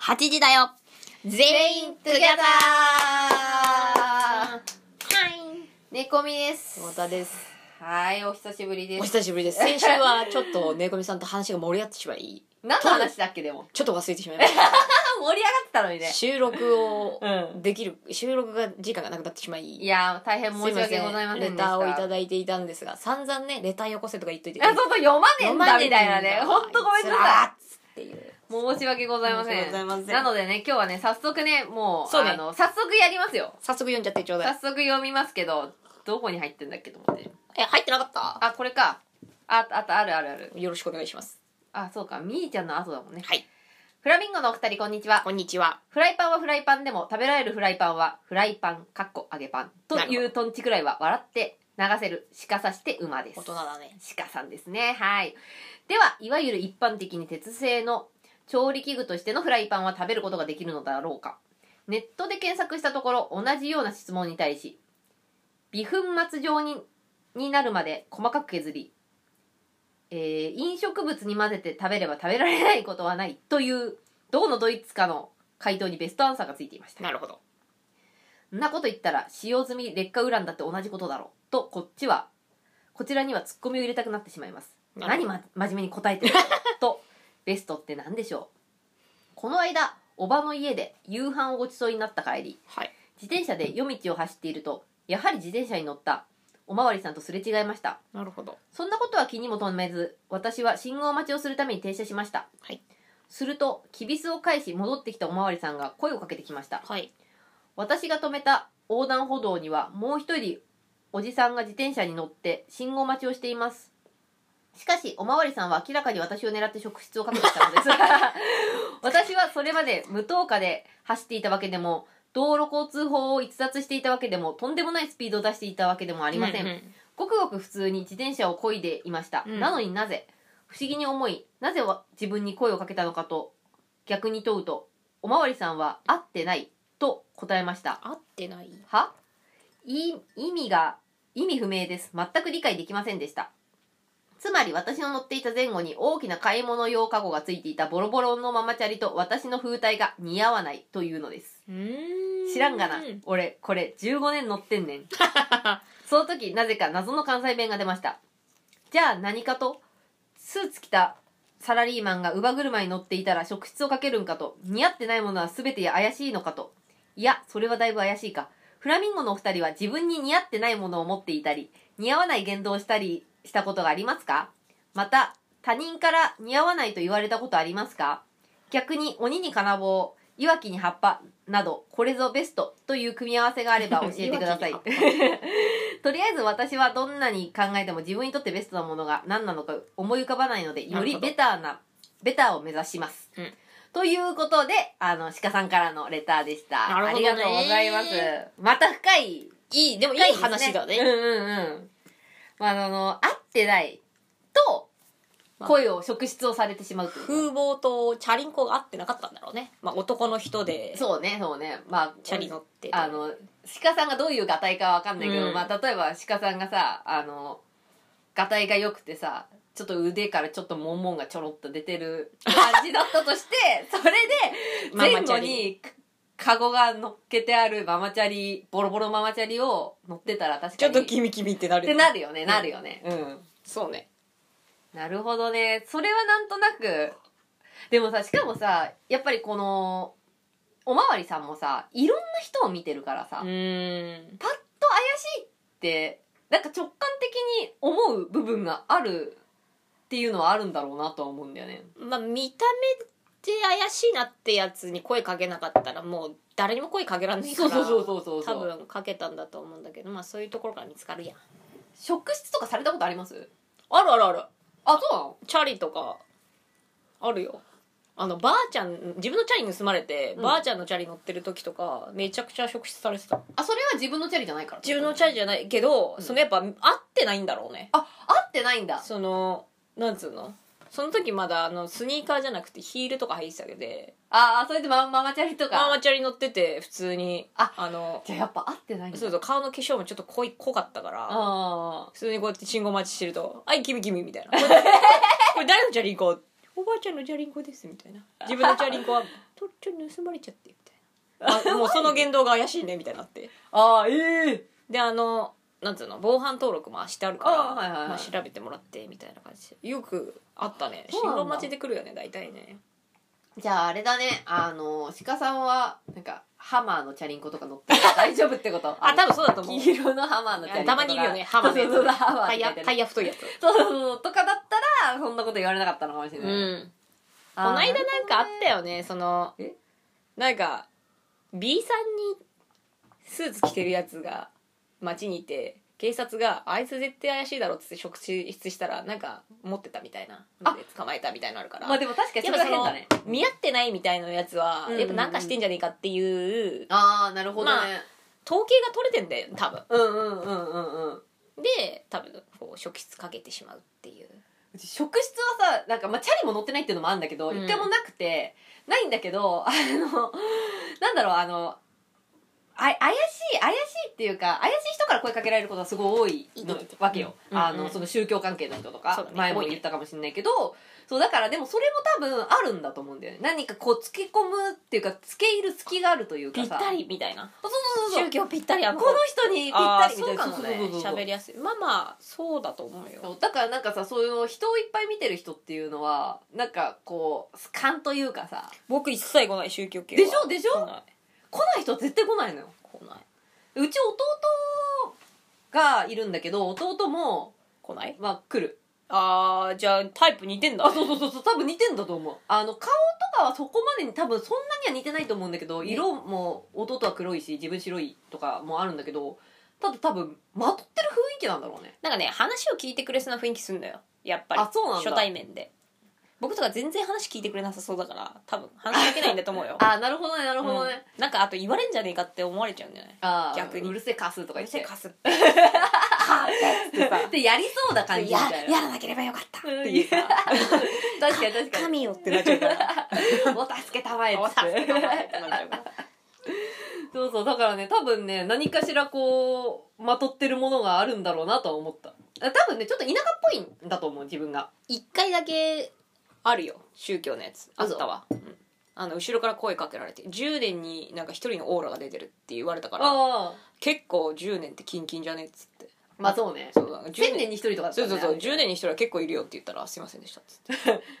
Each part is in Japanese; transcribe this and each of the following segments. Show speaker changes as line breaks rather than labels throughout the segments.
8時だよ全員トゥギャザーは
猫みです
いまたです
はいお久しぶりで
お
す
久しぶり です先週はちょっとねこみさんと話が盛り上がってしまい
何の話だっけでも
ちょっと忘れてしまいました
あ盛り上がってたのにね
収録を
うん
できる収録が時間がなくなってしまい
いやー大変申し訳ございませんで
レ
し
タ
た
ーをいた
だ
だいていたんですが散々ねレターよこせとか言っといて
そうそう読まねえんだみたいなねほんとごめんなさい
いっていう
申し訳ございませ
申し訳ございません
んなのでね今日はね早速ねもう
そうね
あの早速やりますよ
早速読んじゃってちょうだ
早
い
速読みますけどどこに入ってんだっけと思って
え入ってなかった
あこれかああとあるあるある
よろしくお願いします
あそうかみーちゃんの後だもんね
はい
フラミンゴのお二人こんにちは
こんにちは
フライパンはフライパンでも食べられるフライパンはフライパンかっこ揚げパンと
なる
いうトンチくらいは笑って流せる鹿さして馬です
大人だね
鹿さんですねはいではいわゆる一般的に鉄製の調理器具としてのフライパンは食べることができるのだろうかネットで検索したところ同じような質問に対し微粉末状にになるまで細かく削り、えー飲食物に混ぜて食べれば食べられないことはないというどのドイツかの回答にベストアンサーがついていました
なるほど
んなこと言ったら使用済み劣化ウランだって同じことだろうとこっちはこちらにはツッコミを入れたくなってしまいます
なるほど
何、ま、真面目に答えてるの とベストって何でしょうこの間おばの家で夕飯をごちそうになった帰り
はい
自転車で夜道を走っているとやはり自転車に乗ったおまわりさんとすれ違いました
なるほど
そんなことは気にも留めず私は信号待ちをするために停車しました、
はい
するときびすを返し戻ってきたおまわりさんが声をかけてきました
はい
私が止めた横断歩道にはもう一人おじさんが自転車に乗って信号待ちをしていますしかしおまわりさんは明らかに私を狙って職質をかけてきたのです私はそれまで無灯火で走っていたわけでも道路交通法を逸脱していたわけでもとんでもないスピードを出していたわけでもあ
あ
りません、
ん、
ごくごく普通に自転車を漕いでいました、
うん
なのになぜ不思議に思いなぜわ自分に声をかけたのかと逆に問うとおまわりさんは会ってないと答えました
合ってない
はい意味が意味不明です全く理解できませんでしたつまり私の乗っていた前後に大きな買い物用カゴがついていたボロボロのママチャリと私の風体が似合わないというのです
うーん
知らんがな俺これ15年乗ってんねんその時なぜか謎の関西弁が出ましたじゃあ何かとスーツ着たサラリーマンが乳母車に乗っていたら職質をかけるんかと似合ってないものは全て怪しいのかといやそれはだいぶ怪しいかフラミンゴのお二人は自分に似合ってないものを持っていたり似合わない言動をしたりしたことがありますかまた他人から似合わないと言われたことありますか逆に鬼に金棒いわきに葉っぱなどこれぞベストという組み合わせがあ れば教えてください
いわ
とりあえず私はどんなに考えても自分にとってベストなものが何なのか思い浮かばないので
な
よ
るほど
りベターなベターを目指します、
うん
ということであの鹿さんからのレターでした、
なる
あ
ほど
り
ね
がとうございますまた深い
いいでもいい
深いです
話だね
うんうんうんまああの会ってないと
まあ
声を職質をされてしまうという
風貌とチャリンコが合ってなかったんだろうね、まあ、男の人で
そうねそうねまあ
チャリ乗って
あの鹿さんがどういうがたいかわかんないけど、
うん
まあ、例えば鹿さんがさあのがたいが良くてさちょっと腕からちょっともんもんがちょろっと出てる感じだったとしてそれで
ママチャ
前
リ
後にカゴが乗っけてあるママチャリボロボロママチャリを乗ってたら確
ち
か
ょっ
に
とキミキミってな
っ
る
て
よ
なるよねなるよねうん
そうね
なるほどねそれはなんとなくでもさしかもさやっぱりこのおまわりさんもさいろんな人を見てるからさ、
うーん
ちょっと怪しいってなんか直感的に思う部分があるっていうのはあるんだろうなとは思うんだよね
まあ見た目で怪しいなってやつに声かけなかったらもう誰にも声かけらんないか
そう
ら
そうそうそうそう
多分かけたんだと思うんだけどまあそういうところから見つかるやん
職質とかされたことあります
あるあるある
あそうなの
チャリとかあるよあのばあちゃん自分のチャリ盗まれて、
うん
ばあちゃんのチャリ乗ってる時とかめちゃくちゃ職質されてた
あそれは自分のチャリじゃないから
自分のチャリじゃないけど、
うん
そのやっぱ合ってないんだろうね
あ合ってないんだ
そのなんつうのその時まだあのスニーカーじゃなくてヒールとか履いてたけどで
ああそれでマママチャリとか
ママチャリ乗ってて普通に
あ
の
じゃあやっぱ合ってないんだ
そうそう顔の化粧もちょっと濃い濃かったから
あ
普通にこうやって信号待ちしてると「あい君君」みたいな「これこれ誰のチャリ行こうおばあちゃんのじゃりんこです」みたいな自分のじゃりんこは「 とちょっと盗まれちゃって」みたいなあもうその言動が怪しいねみたいになって
ああええ
であのなんつうの防犯登録もしてあるから
あーはいはいはい
まあ、調べてもらってみたいな感じでよくあったね
そう
信
なんだ
号待ちで来るよね大体ね
じゃああれだねあの鹿さんはなんかハマーのチャリンコとか乗ってるから大丈夫ってこと
あ多分そうだと思う
黄色のハマーのチャリンコ
た
とか
まにいるよねハマーのやつ
そうそうそうハマー
タ
の
イ
や
ヤ
つ
タイヤ太いやつ
そうそうそうとかだったらそんなこと言われなかったのかもしれ
う
ない、
んこ
あー
の間なんかあったよねその
え
なんか B さんにスーツ着てるやつが街にいて警察が「あいつ絶対怪しいだろ」っつって職質したらなんか持ってたみたいな
あ
で捕まえたみたいなのあるから
まあでも確かに
や
そ
っ
れ
ぱ
は
そ
変
の
だね
見合ってないみたいなやつは
うんうんうん
やっぱなんかしてんじゃねえかっていう
ああなるほどね、
まあ統計が取れてんだよ多分
うんうんうんうんうん
で多分こう職質かけてしまうっていう
うち職質はさなんか、まあ、チャリも乗ってないっていうのもあるんだけど
うん
一、回もなくてないんだけどあ のなんだろうあのあ怪しい怪しいっていうか怪しい人から声かけられることがすごい多いの
いいね
わけよ、
うん
あ
うんう
の
ん
その宗教関係の人と
そうだ
か、
ね
前も
多いね
言ったかもしれないけどそうだからでもそれも多分あるんだと思うんだよね何かこうつけ込むっていうかつけ入る隙があるというか
ぴ
さ
ったりみたいな
そうそうそうそう
宗教ぴったりあ
この人にぴった
あ
り
ー
みた
そ
いうな
かもね
そうそうそうそう
喋りやすいまあまあそうだと思うよ
そうだからなんかさそういうの人をいっぱい見てる人っていうのはなんかこう勘というかさ
僕一切来ない宗教系
でしょでしょ
来ない
来ない人は絶対来ないのよ
来ないう
ち弟がいるんだけど弟も
来ない
まあ来る
あーじゃあタイプ似てんだ
あそうそうそうそう多分似てんだと思うあの顔とかはそこまでに多分そんなには似てないと思うんだけど
ね
色も弟は黒いし自分白いとかもあるんだけどただ多分まとってる雰囲気なんだろうね
なんかね話を聞いてくれそうな雰囲気すんのよやっぱり
あそうなんだ
初対面で僕とか全然話聞いてくれなさそうだから多分話しかけないんだと思うよ
あなるほどねなるほどね、
うんなんかあと言われんじゃねえかって思われちゃうんじゃない
あー
逆に
うるせえカスとか言って
カスっ
ってさでやりそうな感じみ
や
たいな
やらなければよかったっていうさ
確かに確か に
神よってなっちゃうから
お助けたまえ っ
お
つっ
助け
て
様ってなっちゃうから
そうそうだからね多分ね何かしらこうまとってるものがあるんだろうなとは思ったあ多分ねちょっと田舎っぽいんだと思う自分が
一回だけあるよ宗教のやつあ
嘘
ったわ、うんあの後ろから声かけられて10年になんか一人のオーラが出てるって言われたから
ああ
結構10年ってキンキンじゃねっつって
まあそうね
そうなんか10
1000年に1人とかだった
そ
ら
う
ね
そうそう10年
に
に一人は結構いるよって言ったら「すいませんでした」っつって、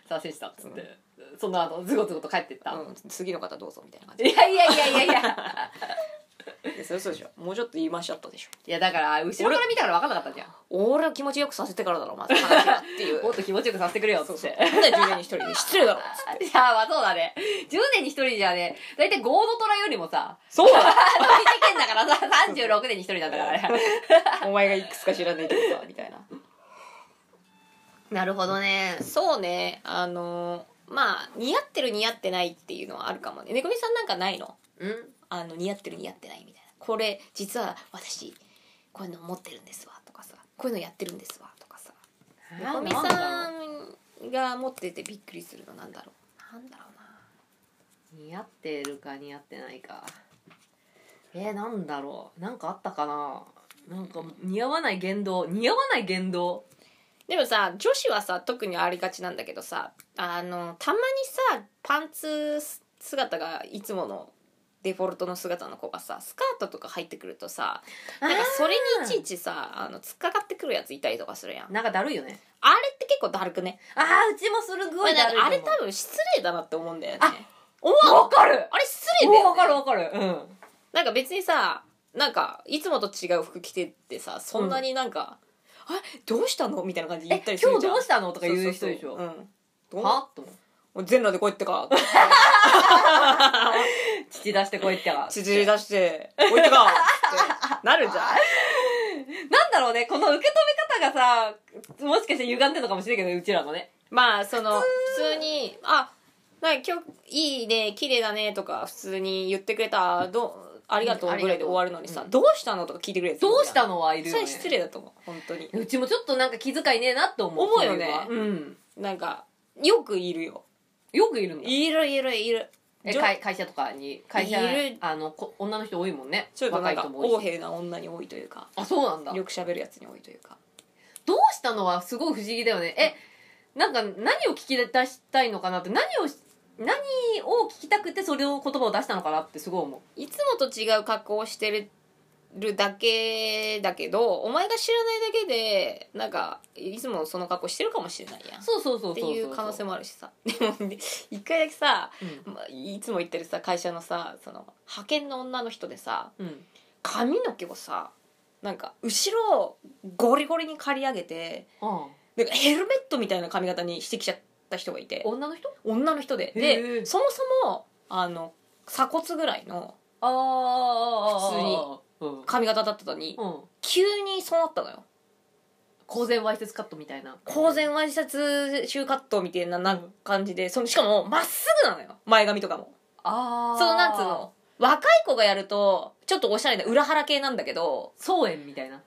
さあ選手だっつって、その後ズゴズゴと帰ってった、
うん「次の方どうぞ」みたいな感じ
いやいやいやいやいや
でそうそうでしょもうちょっと言い回しちゃったでしょ
いやだから後ろから見たから分かんなかったじゃん
俺は気持ちよくさせてからだろまず話はっていう
もっと気持ちよくさせてくれよっつ
そ
っ
うそう
て
なんだよ10年に一人で失礼だろっつって
いやまあそうだね10年に1人じゃね大体ゴードトラよりもさ
そう だ
飛びてけんだからさ36年に1人なんだ からね
お前がいくつか知らないけどさみたいな
なるほどね
そうねあのまあ似合ってる似合ってないっていうのはあるかもねねこみさんなんかないの
うん
あの似合ってる似合ってないみたいなこれ実は私こういうの持ってるんですわとかさこういうのやってるんですわとかさねこみさんが持っててびっくりするのなんだろうなんだろうな
似合ってるか似合ってないかえー、なんだろうなんかあったかななんか似合わない言動似合わない言動
でもさ女子はさ特にありがちなんだけどさあのたまにさパンツ姿がいつものデフォルトの姿の子がさスカートとか入ってくるとさなんかそれにいちいちさあの突っかかってくるやついたりとかするやん
なんかだるいよね
あれって結構だるくね
あーうちもする
こ
ご
れ
いだ
なん
るいと
かあれ多
思う
分失礼だなって思うんだよね
あ
思わん
わかる
あれ失
お
礼だよ、ね、
わかるわかるうん
なんか別にさなんかいつもと違う服着てってさそんなになんか「あどうしたの?」みたいな感じで言
え
ったり
今
する
日
じゃん
どうしたのと
と
か言う人でしょ
うんどう
はっと思う
もう全裸でこうやって か
父出してこう言っては
縮り出してこうやってかってなるじゃん
なんだろうねこの受け止め方がさもしかして歪んでるのかもしれないけどうちらのね
まあその普通に「あなんか今日いいね綺麗だね」とか普通に言ってくれたどうありがと
う
うんぐらいで終わるのにさ「
あり
どうしたの?」とか聞いてくれるやつ
どうしたのはいる
それ
よね
失礼だと思う本当に
うちもちょっとなんか気遣いねえなって思う
思うよね
そういえばうん
なんかよくいるよ
よくいるんだ
いるいるいる
え
女
会会社とかに会社
いる
あのこ女の人多いもんね
ちょっとなんか
若い人も多
横
いし
柄な女に多いというか
あそうなんだ
よく喋るやつに多いというか
どうしたのはすごい不思議だよねえなんか何を聞き出したいのかなって何を何を聞きたくてそれを言葉を出したのかなってすごい思
いつもと違う格好をしてるるだけだけどお前が知らないだけでなんかいつもその格好してるかもしれないやん
うそうそうそうそう
っていう可能性
も、
もあるしさでもね一回だけさ、
うん
まあ、いつも行ってるさ会社のさその派遣の女の人でさ
うん、
髪の毛をさなんか後ろをゴリゴリに刈り上げて
ああ
なんかヘルメットみたいな髪型にしてきちゃった人がいて
女の人
女の人で
へ
で
ー
そもそもあの鎖骨ぐらいの
ああ普通に
髪型だったのに
うん、うん、
急にそうなったのよ
公然わいせつカットみたいな
公然わいせつ中カットみたいなな感じでそのしかもまっすぐなのよ前髪とかも
ああ
そのなんつうの若い子がやるとちょっとおしゃれな裏腹系なんだけど
そう園みたいな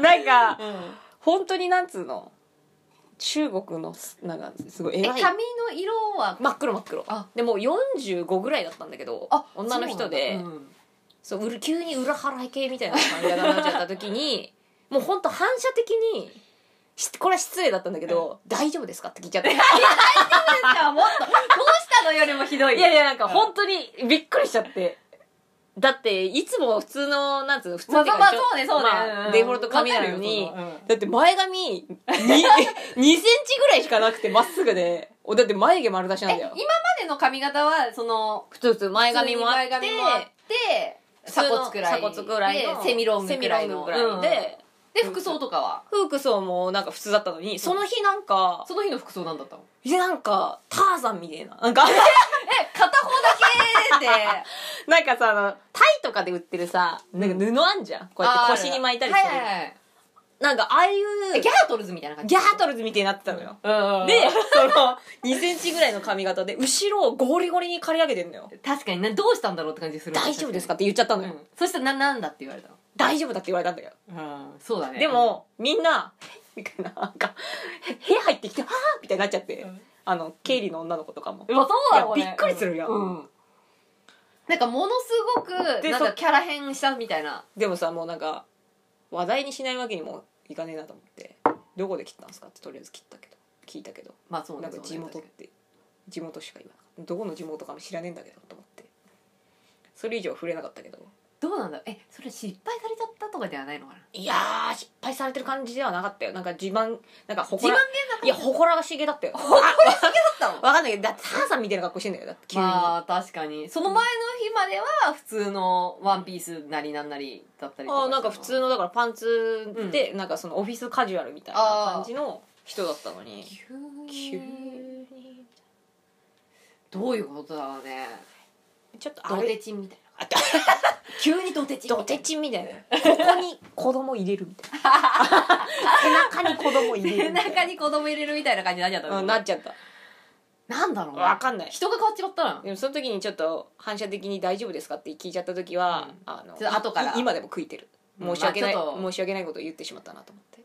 なんか
うん
本当になんつうの中国のすなんかすごい
え
偉
髪
い
の色は
真っ黒真っ黒
あ
でもう45ぐらいだったんだけど女の人で
そうなんだうん
そううる急に裏腹系みたいな髪型になっちゃった時に もうほんと反射的にしこれは失礼だったんだけど「大丈夫ですか?」って 聞いちゃってい
じゃあもっとどうしたのよりもひどい
やいやなんか本当にびっくりしちゃってだっていつも普通のなんつうの普通
まあ
ってい
ま
う
あ
か
まあ
ちょ
そうねそうね、
ま
う
あ
ん
デフォルト髪なのに
わかるよその
だって前 髪 2, 2センチぐらいしかなくてまっすぐでおだって眉毛丸出し
うん
なん
え
だよ
今までの髪型はその
普通普通前髪もあって
普通に前髪もあって鎖骨くらい
鎖骨ぐらいの
でセミロングくらい
セミロング
の
ぐらい
うん
で、
で服装とかは
服装もなんか普通だったのにその日なんか
その日の服装なんだったの
いや、なんか、ターザンみたいな。なんか、
え片方だけで
なんかさ、あの、タイとかで売ってるさ、なんか布あんじゃん。こうやって腰に巻いたりす
は
る。
いはいはい
なんか、ああい
え
う、
ギ
ギ
ャートルズみたいな感じ
ャートルズみたいになってたのよ。
うん
で、その、2センチぐらいの髪型で、後ろをゴリゴリに刈り上げてんのよ。
確かにねどうしたんだろうって感じする
大丈夫ですかっ
って
言っちゃったの
う
よ。
ん、そしたらななんだって言われたの
大丈夫だって言われたんだけど。
うんそうだね
でも、みんな、 みたいな、なんか、部屋入ってきて、あーみたいになっちゃって、
うん
あの、経理の女の子とかも。
うわそうだろうね
いやびっくりするよ
うんなんかものすごく
で
なんか
そ
キャラ変したみたいな
でもさ、もうなんか、話題にしないわけにもいかねえなと思って、どこで切ったんですかってとりあえず切ったけど、聞いたけど。
まあそう
な
ね
んか
そ
地
うね
元って地元しか言わなかったどこの地元かも知らねえんだけどと思ってそれ以上触れなかったけど
どうなんだえそれ失敗されちゃったとかではないのかない
やー失敗されてる感じではなかったよなんか自慢なんか
自慢
誇
げな
らい
感じ
や誇らしげだったよ わ
だったの
わかんないけどだって母さんみたいな格好してんだよだって急に、
まあ確かにその前の日までは普通のワンピースなりなんなりだったりとか
あーなんか普通のだからパンツで、なんかそのオフィスカジュアルみたいな感じの人だったのに
急
急
に
に
どういうことだろうね
ちょっと
ド
あ
テ
れ
チンみたい
あ
な急にドテチン
ドテチンみたいなここに子供入れるみたいな背中に子供入れる
背
みたいな
中に子供入れるみたいな感じになっちゃったの
うん、なっちゃった
なんだろうね
わかんない
人が変わっちまったな
でもその時にちょっと反射的に「大丈夫ですか?」って聞いちゃった時は、
うん
あの
ちょっと後から
い今でも悔いてる
うん
申し訳ない、
まあちょっと
申し訳ないことを言ってしまったなと思って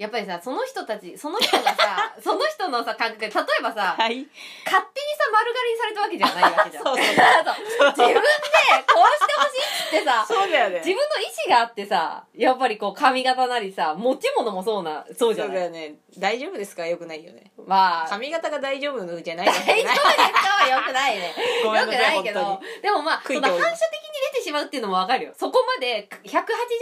やっぱりさその人たちその人が さその人のさ感覚で例えばさ
い
勝手にさ丸刈りにされたわけじゃないわ けじゃん
そうそう
そう自分でこうしてほしいってさ
そうだよ
自分の意思があってさやっぱりこう髪型なりさ持ち物もそうなそうじ
そう
ゃな
だ
い
よね大丈夫ですかよくないよね
まあ大丈
髪型が大丈夫のじゃない
夫ですかはよくないね
ごめ
よ
ん
く
なさ
ないいけど
本
でもまあそ
悔
の
いて
反
お
射
り
的
ます
に出てしまうっていうのもわかるよそこまで180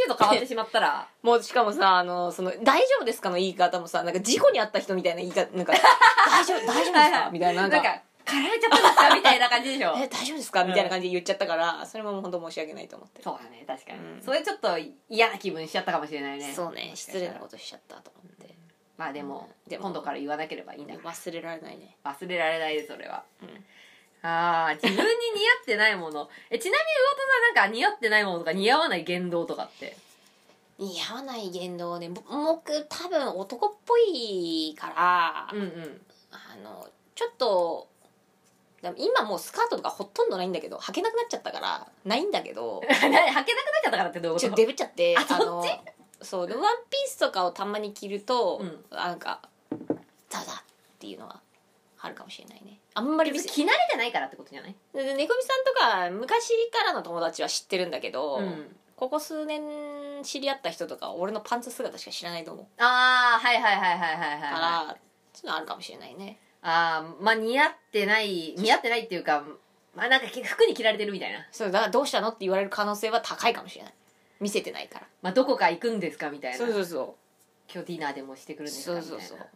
度変わってしまったら
もうしかもさあのその「大丈夫ですか?」の言い方もさなんか事故に遭った人みたいな言い方なんか「大丈夫大丈夫です
はいは
か?」みたいな
なん
なんか
か狩られちゃったんですかみたいな感じでしょ
え大丈夫ですか?」みたいな感じで言っちゃったからそれも本当申し訳ないと思って
そうだね確かに、
うん
それちょっと嫌な気分しちゃったかもしれないね
そうね
もし
失
かしたら
礼なことしちゃったと思って
まあでも,、
うんでも
今度から言わなければいいんだか
忘れられないね
ら忘れられないでそれは、
うん
ああ自分に似合ってないものえちなみに魚田さんなんか似合ってないものとか似合わない言動とかって
似合わない言動ねぼ僕多分男っぽいから、
うん うん
あのちょっとでも今もうスカートとかほとんどないんだけど履けなくなっちゃったからないんだけ ど
履けなくなっちゃったからってどういう
ちょっ
ことと
デブっちゃって
あ
のそうでワンピースとかをたまに着ると、
うん
なんかザザっていうのはあるかもしれないねあんまり
別
別
に
に
着慣れてないからってことじゃない
で猫みさんとか昔からの友達は知ってるんだけど、
うん
ここ数年知り合った人とか俺のパンツ姿しか知らないと思う
ああはいはいはいはいはいはい
か
あ
らそういうのあるかもしれないね
あーまあ似合ってない似合ってないっていうかまあなんかき服に着られてるみたいな、
そうだからどうしたのって言われる可能性は高いかもしれない見せてないから
まあ、どこか行くんですかみたいな
そうそうそ
今日ディナーでもして
う
くるんですか
そ
み
う
たいな
そうそう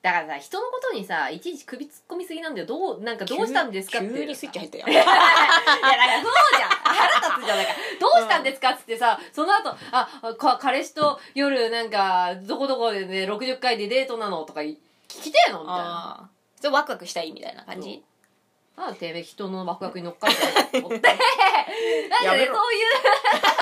だからさ人のことにさいちいち首突っ込みすぎなんだよどうなんかどうしたんですかって
急急にスイッチ入ったよ
いやなんかそうじゃん腹立つじゃんなんかどうしたんですかっつってさその後あか彼氏と夜なんかどこどこでね60回でデートなのとか聞きてえのみたいな
ああそれワクワクしたいみたいな感じ
なんでてめえ人のワクワクに乗っかっ てんのと思ってな
や
ん
め
でねそういうそういう
ろ
のが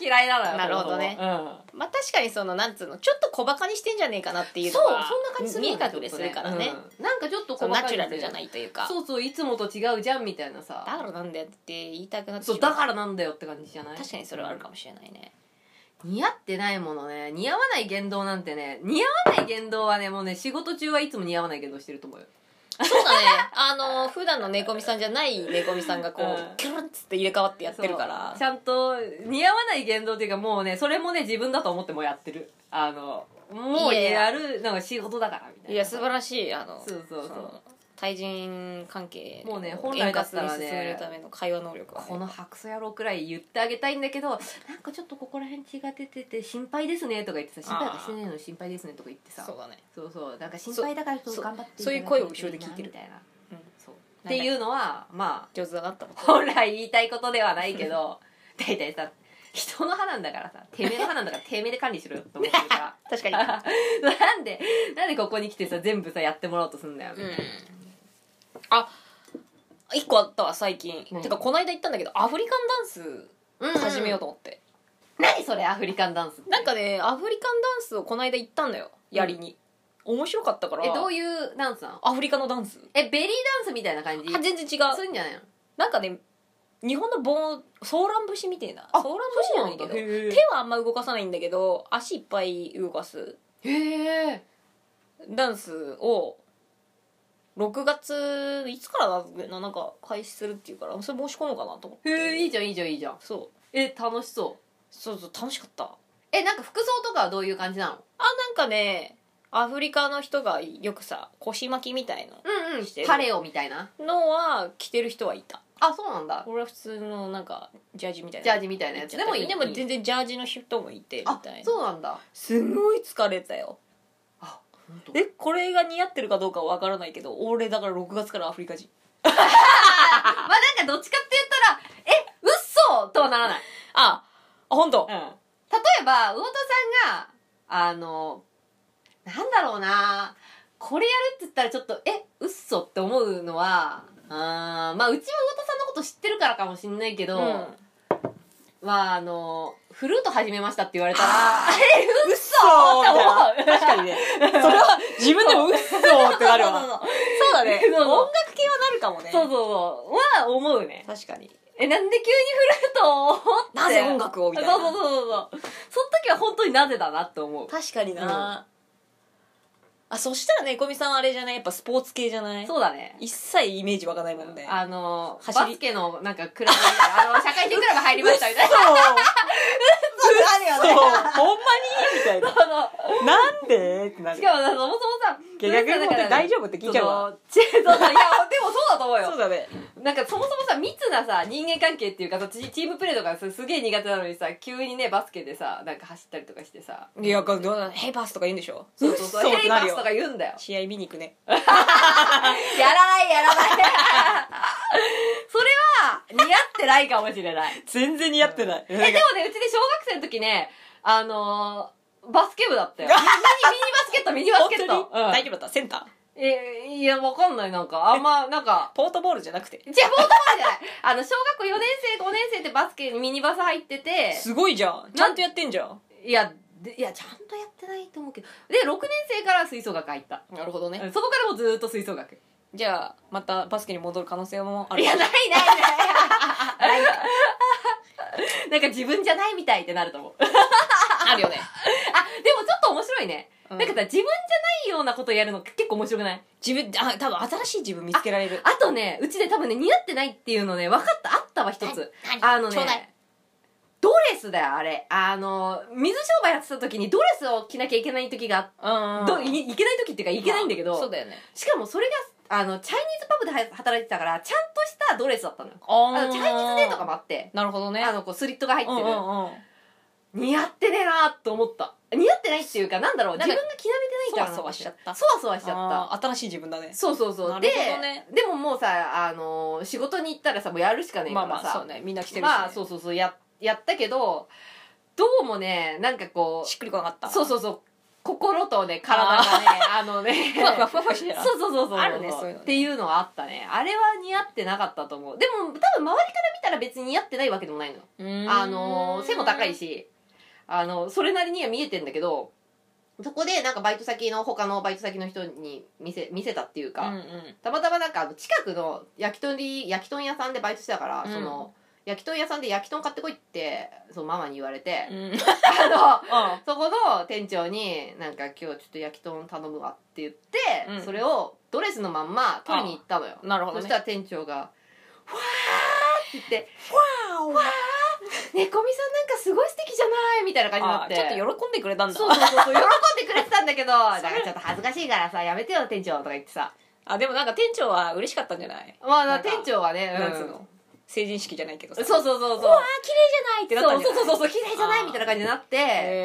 嫌いなのよ
なるほどね
そもそもうん
まあ確かにそのなんつうのちょっと小バカにしてんじゃねえかなっていうの
そうそん
が
な感じする
見
よ
え
ね
隠れするからね、
うんなんかちょっと
そ
細
う
かい
ナチュラルじゃないいというか
そうそういつもと違うじゃんみたいなさ
だからなんだよって言いたくなってしま
そうだからなんだよって感じじゃない
確かにそれはあるかもしれないね
似合ってないものね似合わない言動なんてね似合わない言動はねもうね仕事中はいつも似合わない言動してると思うよ
そうだねあの普段の猫みさんじゃない猫みさんがこう、
うん
キュルンっつって入れ替わってやってるから
そうちゃんと似合わない言動っていうかもうねそれもね自分だと思ってもうやってるあのもう
いやいや
やるのが仕事だからみたいない
や素晴らしいあの
そうそうそう
の対人関係
もうね
を
本来だったらね
円滑に進めるための会話能力はね、
この白素野郎くらい言ってあげたいんだけどなんかちょっとここら辺血が出てて心配ですねとか言ってさ心配はしてないのに心配ですねとか言ってさ
そうだね
そうそうなんか心配だからちょっと頑張って
そうそういう声を後ろで聞いてる
みたいな、
うん
そうっていうのはまあ
上手だなって思っ
本来言いたいことではないけ ど大体さ人の歯なんだからさてめえの歯なん だからてめえで管理しろよって思ってるか
た確かに
らなんでなんでここに来てさ全部さやってもらおうとすんだ よ、
うんあ一個あったわ最近、
何
てかこの間行ったんだけどアフリカン
う
ダンス始めようと思って、
何それアフリカンダンスって
なんかねアフリカンダンスをこの間行ったんだよやりに、面白かったから
えどう
いう
いうダンスなの
アフリカのダンス
えベリーダンスみたいな感じ
あ全然違
す
うん
じゃないの
なんかね日本の盆ソーラン節みたいな
あ
ソーラン節じゃないけど手
へ
はあんま動かさないんだけど足いっぱい動かす
え
ダンスを6月いつからだっけななんか開始するっていうからそれ申し込もうかなと思って
へえいいじゃんいいじゃんいいじゃん
そう
え楽しそう
そうそう楽しかったあ
えなんか服装とかはどういう感じなの
なんかねアフリカの人がよくさ腰巻きみたい
うんうん
してる
パレオみたいな
ののは着てる人はいた
あそうなんだ
俺は普通のなんかジャージみたいな
ジャージみたいなやつ
で
で
も
もいい
でも全然ジャージの人もいてみ
あ
たいな
そうなんだ
すごい疲れたよ
あ本当
えこれが似合ってるかどうかはわからないけど俺だから6月からアフリカ人
まあなんかどっちかって言ったらえ嘘とはならない、
ああ本当
例えば魚田さんがあのなんだろうなこれやるって言ったらちょっとえ嘘って思うのはあーまあうちは魚田さんのこと知ってるからかもしんないけど、
うん
まああのフルート始めましたって言われたらえ嘘
そう
って思う
確かにね それは自分でもうっそーってなるわ
そうそうそう
そうだね
そうそう
音楽系はなるかもね
そうそうそうは思うね
確かに
えなんで急にフルートをって
なぜ音楽をみたいな
そうそうそうそうその時は本当になぜだなって思う
確かにな、あそしたらねこみさんはあれじゃないやっぱスポーツ系じゃない
そうだね
一切イメージわかないもんね
あの
走
バ
り
スケのなんかクラブあの社会人クラブ入りましたみたいなあるよ
そう
ね
ほんまにみたい な
あの
なんでってなる
しかもそもそもさ
下落語って大
夫
丈夫って聞いちゃう わ
そうそういやでもそうだと思うよ
そうだね
なんかそもそもさ密なさ人間関係っていうかさチチームプレーとかさすげえ苦手なのにさ急にねバスケでさなんか走ったりとかしてさ
いやこうどうなヘイパースとか言うんでしょ
そうそうそう
っそっ
ヘ
て
イ
な
パ
る
ス
よ
とか言うんだよ
試合見に行くね
やらないやらないそれは似合ってないかもしれない
全然似合ってない、
え でもねうちで小学生の時ねあのーバスケ部だ ったよミニミニバスケットミニバス
本
ケ
当
ッ
に
ト、うん
大丈夫だったセンター
えいやわかんないなんかあんまなんか
ポートボールじゃなくて
違う、ボートボールじゃない。 あの、小学校4年生、5年生ってバスケにミニバス入ってて、
すごいじゃんちゃんとやってんじゃん
いや、でいや、ちゃんとやってないと思うけど。で、6年生から吹奏楽入った。
なるほどね
そこからもうずーっと吹奏楽。
じゃあまたバスケに戻る可能性もあ
い
る
や、ないないない。なんか自分じゃないみたいってなると思う。あ、でも
あるよね、
ちょっと面白いね。
うん
なんかさ、自分じゃないようなことやるの結構面白くない
自分あ多分新しい自分見つけられる
あとね、うちで多分ね、似合ってないっていうのね、分かった、あったわ、一つ。
何
あの
ちょうだ
ね
い、
ドレスだよ、あれ。あの、水商売やってた時にドレスを着なきゃいけない時があ
う
っ
ん
どいいけない時っていうかいけないんだけど、
そうだよね
しかもそれがあのチャイニーズパブでは働いてたからちゃんとしたドレスだったのよ
あ
あのチャイニーズデーとかも
あ
あって
なるほどね
あのこうスリットが入って
うんうん
る、
うん
似合ってねえなと思った似合ってないっていうかなんだろう
なん
自
か
分が着慣れてないからなの
そわそわしちゃった
そわそわしちゃった
あー新しい自分だね
そうそうそう、
な
で
るほどね
でももうさあの仕事に行ったらさもうやるしかねえ
ま
か
あ
らさ、
まあそうねみんな来てるしね
まあそうそうそうややったけどどうもねなんかこ
しっくりこなかっ
う
た
そうそうそう心とね体がねあのね
ふわふわふわふわ してた
そうそうそうそう
あるねそういうのね
っていうのはあったねあれは似合ってなかったと思うでも多分周りから見たら別に似合ってないわけでもないのよ
うーん
あの背も高いしあのそれなりには見えてんだけどそこでなんかバイト先の他のバイト先の人に見せ見せたっていう
うん
か、
うん
たまたまなんかあの近くの焼き鳥焼き鳥屋さんでバイトしてたから、
うん
その焼き鳥屋さんで焼き豚買ってこいってそのママに言われて、
うん
あの
あ
そこの店長に「なんか今日ちょっと焼き豚頼むわ」って言って、
うん
それをドレスのまんま取りに行ったのよ
なるほど
そ
ね
したら店長が「ふわー!」って言って
わ
「ねこみさんなんかすごい素敵じゃない」みたいな感じにな
あ
って
ーちょっと喜んでくれたんだ
そうそうそうそう喜んでくれてたんだけどなんかちょっと恥ずかしいからさやめてよ店長とか言ってさ
あでもなんか店長は嬉しかったんじゃない
まあな
なんか
店長はね、うん
なんつうの成人式じゃないけど
そ
さ
うそうそうそう
わあ綺麗じゃないってなったんじゃ
そう
ない
そうそうそう嫌いじゃな
あ
い
ー
みたいな感じになっ
へ
て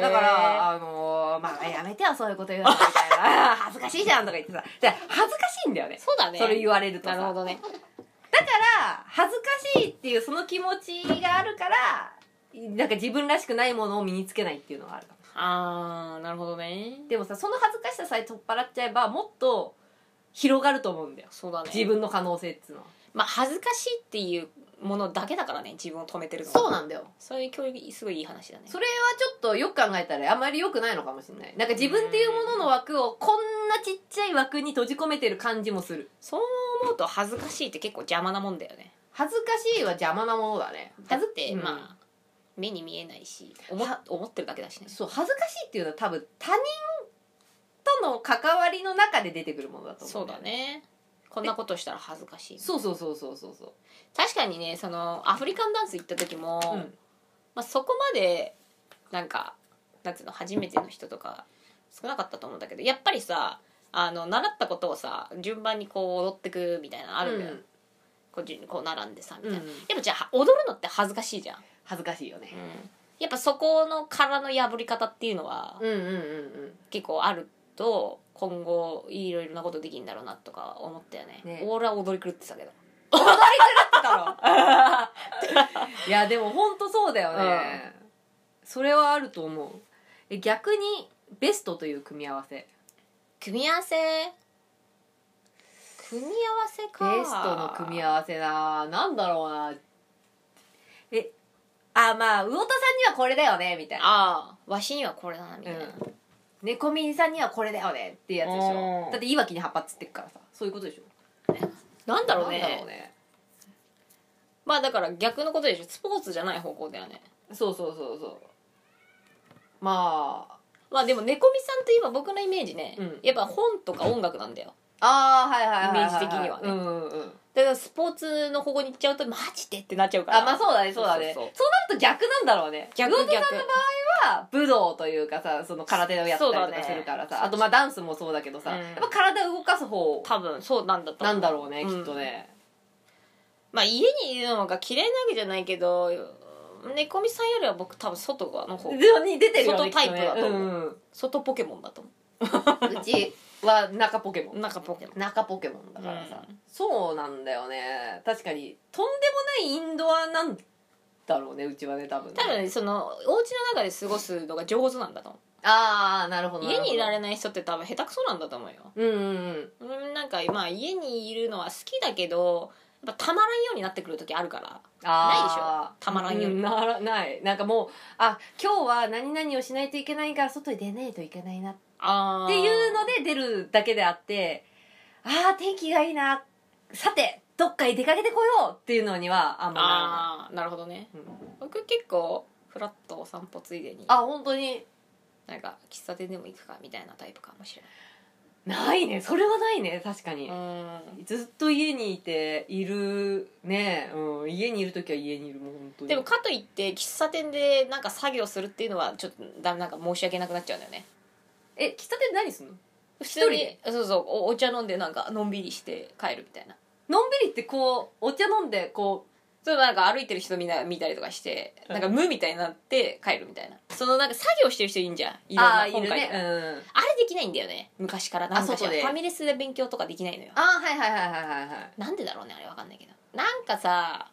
ー
だからあのーまあやめてよそういうこと言うのみたいな恥ずかしいじゃんとか言ってさで恥ずかしいんだよね
そうだね
それ言われると
な
さ
るほ
だか
どね
ら恥ずかしいっていうその気持ちがあるからなんか自分らしくないものを身につけないっていうのがあるかも
ああなるほどね
でもさその恥ずかしささえ取っ払っちゃえばもっと広がると思うんだよ
そうだね
自分の可能性っつうのは
まあ恥ずかしいっていうものだけだからね自分を止めてるのは
そうなんだよ
そういう教育すごいいい話だね
それはちょっとよく考えたらあまり良くないのかもしれないなんか自分っていうものの枠をこんなちっちゃい枠に閉じ込めてる感じもする
そう思うと恥ずかしいって結構邪魔なもんだよね
恥ずかしいは邪魔なものだね
だって、
うん
まあ目に見えないし思っ
は
思ってるだけだしね
そう恥ずかしいっていうのは多分他人との関わりの中で出てくるものだと思
そううだねこんなことしたら恥ずかしい
そうそうそうそうそうそう
確かにねそのアフリカンダンス行った時も、
うん
まあ、そこまでなんかなんていうの初めての人とか少なかったと思うんだけどやっぱりさあの習ったことをさ順番にこう踊ってくみたいなのあるんだよ、こう順にこう並んでさみたいな、
うん
やっぱじゃあ踊るのって恥ずかしいじゃん、
恥ずかしいよね
やっぱそこの殻の破り方っていうのは
うんうんうんうん
結構あると今後いろいろなことできんだろうなとか思ったよね
ね
俺は踊り狂ってたけど
いやでもほんとそうだよね、それはあると思うえ逆にベストという組み合わせ
組み合わせ組み合わせか
ベストの組み合わせななんだろうなえあまあ魚田さんにはこれだよねみたいな
ああわしにはこれだなみたいな、
うん猫耳さんにはこれだよねっていうやつでし
う
ょ
ん
だっていわきに葉っぱつってっからさそういうことでしょ
なんだろうね
なんだろうね
まあだから逆のことでしょスポーツじゃない方向だよね
そうそうそうそうまあ
まあでも猫みさんといえば僕のイメージね、
うん
やっぱ本とか音楽なんだよ
ああはいはいはいはい、
イメージ的にはね
うんうんうん
だからスポーツの方向に行っちゃうとマジでってなっちゃうから
あまあそうだねそうだね
そ
そうう
そう
なると逆なんだろうね
逆
魚田さん
逆
の場合は武道というかさその空手をやったりとかするから
そう
さ、
だね
あとまあダンスもそうだけどさ、
うん
やっぱ体を動かす方
多分そうなんだと思
なんだろうね、
うん
きっとね
まあ家にいるのが嫌いなわけじゃないけど猫みさんよりは僕多分外側の方
でもに出てるよ
相
ね
当タイプだと思
う、
外ポケモンだと思
きっとねうんうちは中ポケモ
う
ン
中ポケモン
中ポケモンだからさ、
うん
そうなんだよね確かにとんでもないインドアなんだろうねうちはね多分ね
多分そのお家の中で過ごすのが上手なんだと思
ああなるほ
う
ど
家にいられ
な
な
い
い人って多分下手くそなんだと思うよ
うんうんうん
うんなんかまあ家にいるのは好きだけどやっぱたまらんようになってくる時あるから
あー
ないでしょたまらんように
うならないなんかもうあ今日は何々をしないといけないから外に出ないといけないなっ
あ
ていうので出るだけであってあー天気がいいなさてどっかへ出かけてこようっていうのにはあんまならない
ああなるほどね
うん
僕結構フラッとお散歩ついでに
あ本当に
なんか喫茶店でも行くかみたいなタイプかもしれない
ないねそれはないね確かに、
う
ずっと家にいているね、うん、家にいる時は家にいるもう本当
ん
に
でもかといって喫茶店でなんか作業するっていうのはちょっとだなんか申し訳なくなっちゃうんだよね
え喫茶店で何すんの
普
一
通
人
に
で
そうそうおお茶飲んでなんかのんびりして帰るみたいな
のんびりってこうお茶飲んでこ
そうなんか歩いてる人みんな見たりとかして
うん
なんか無みたいになって帰るみたいなそのなんか作業してる人いいんじゃんいうろんな
あーい
本
る
書いて
ね
あ
う
る
ん
あれできないんだよね昔からなんかしら
外で
ファミレスで勉強とかできないのよ
ああはいはいはいはいはいはい
なんでだろうねあれわかんないけどなんかさ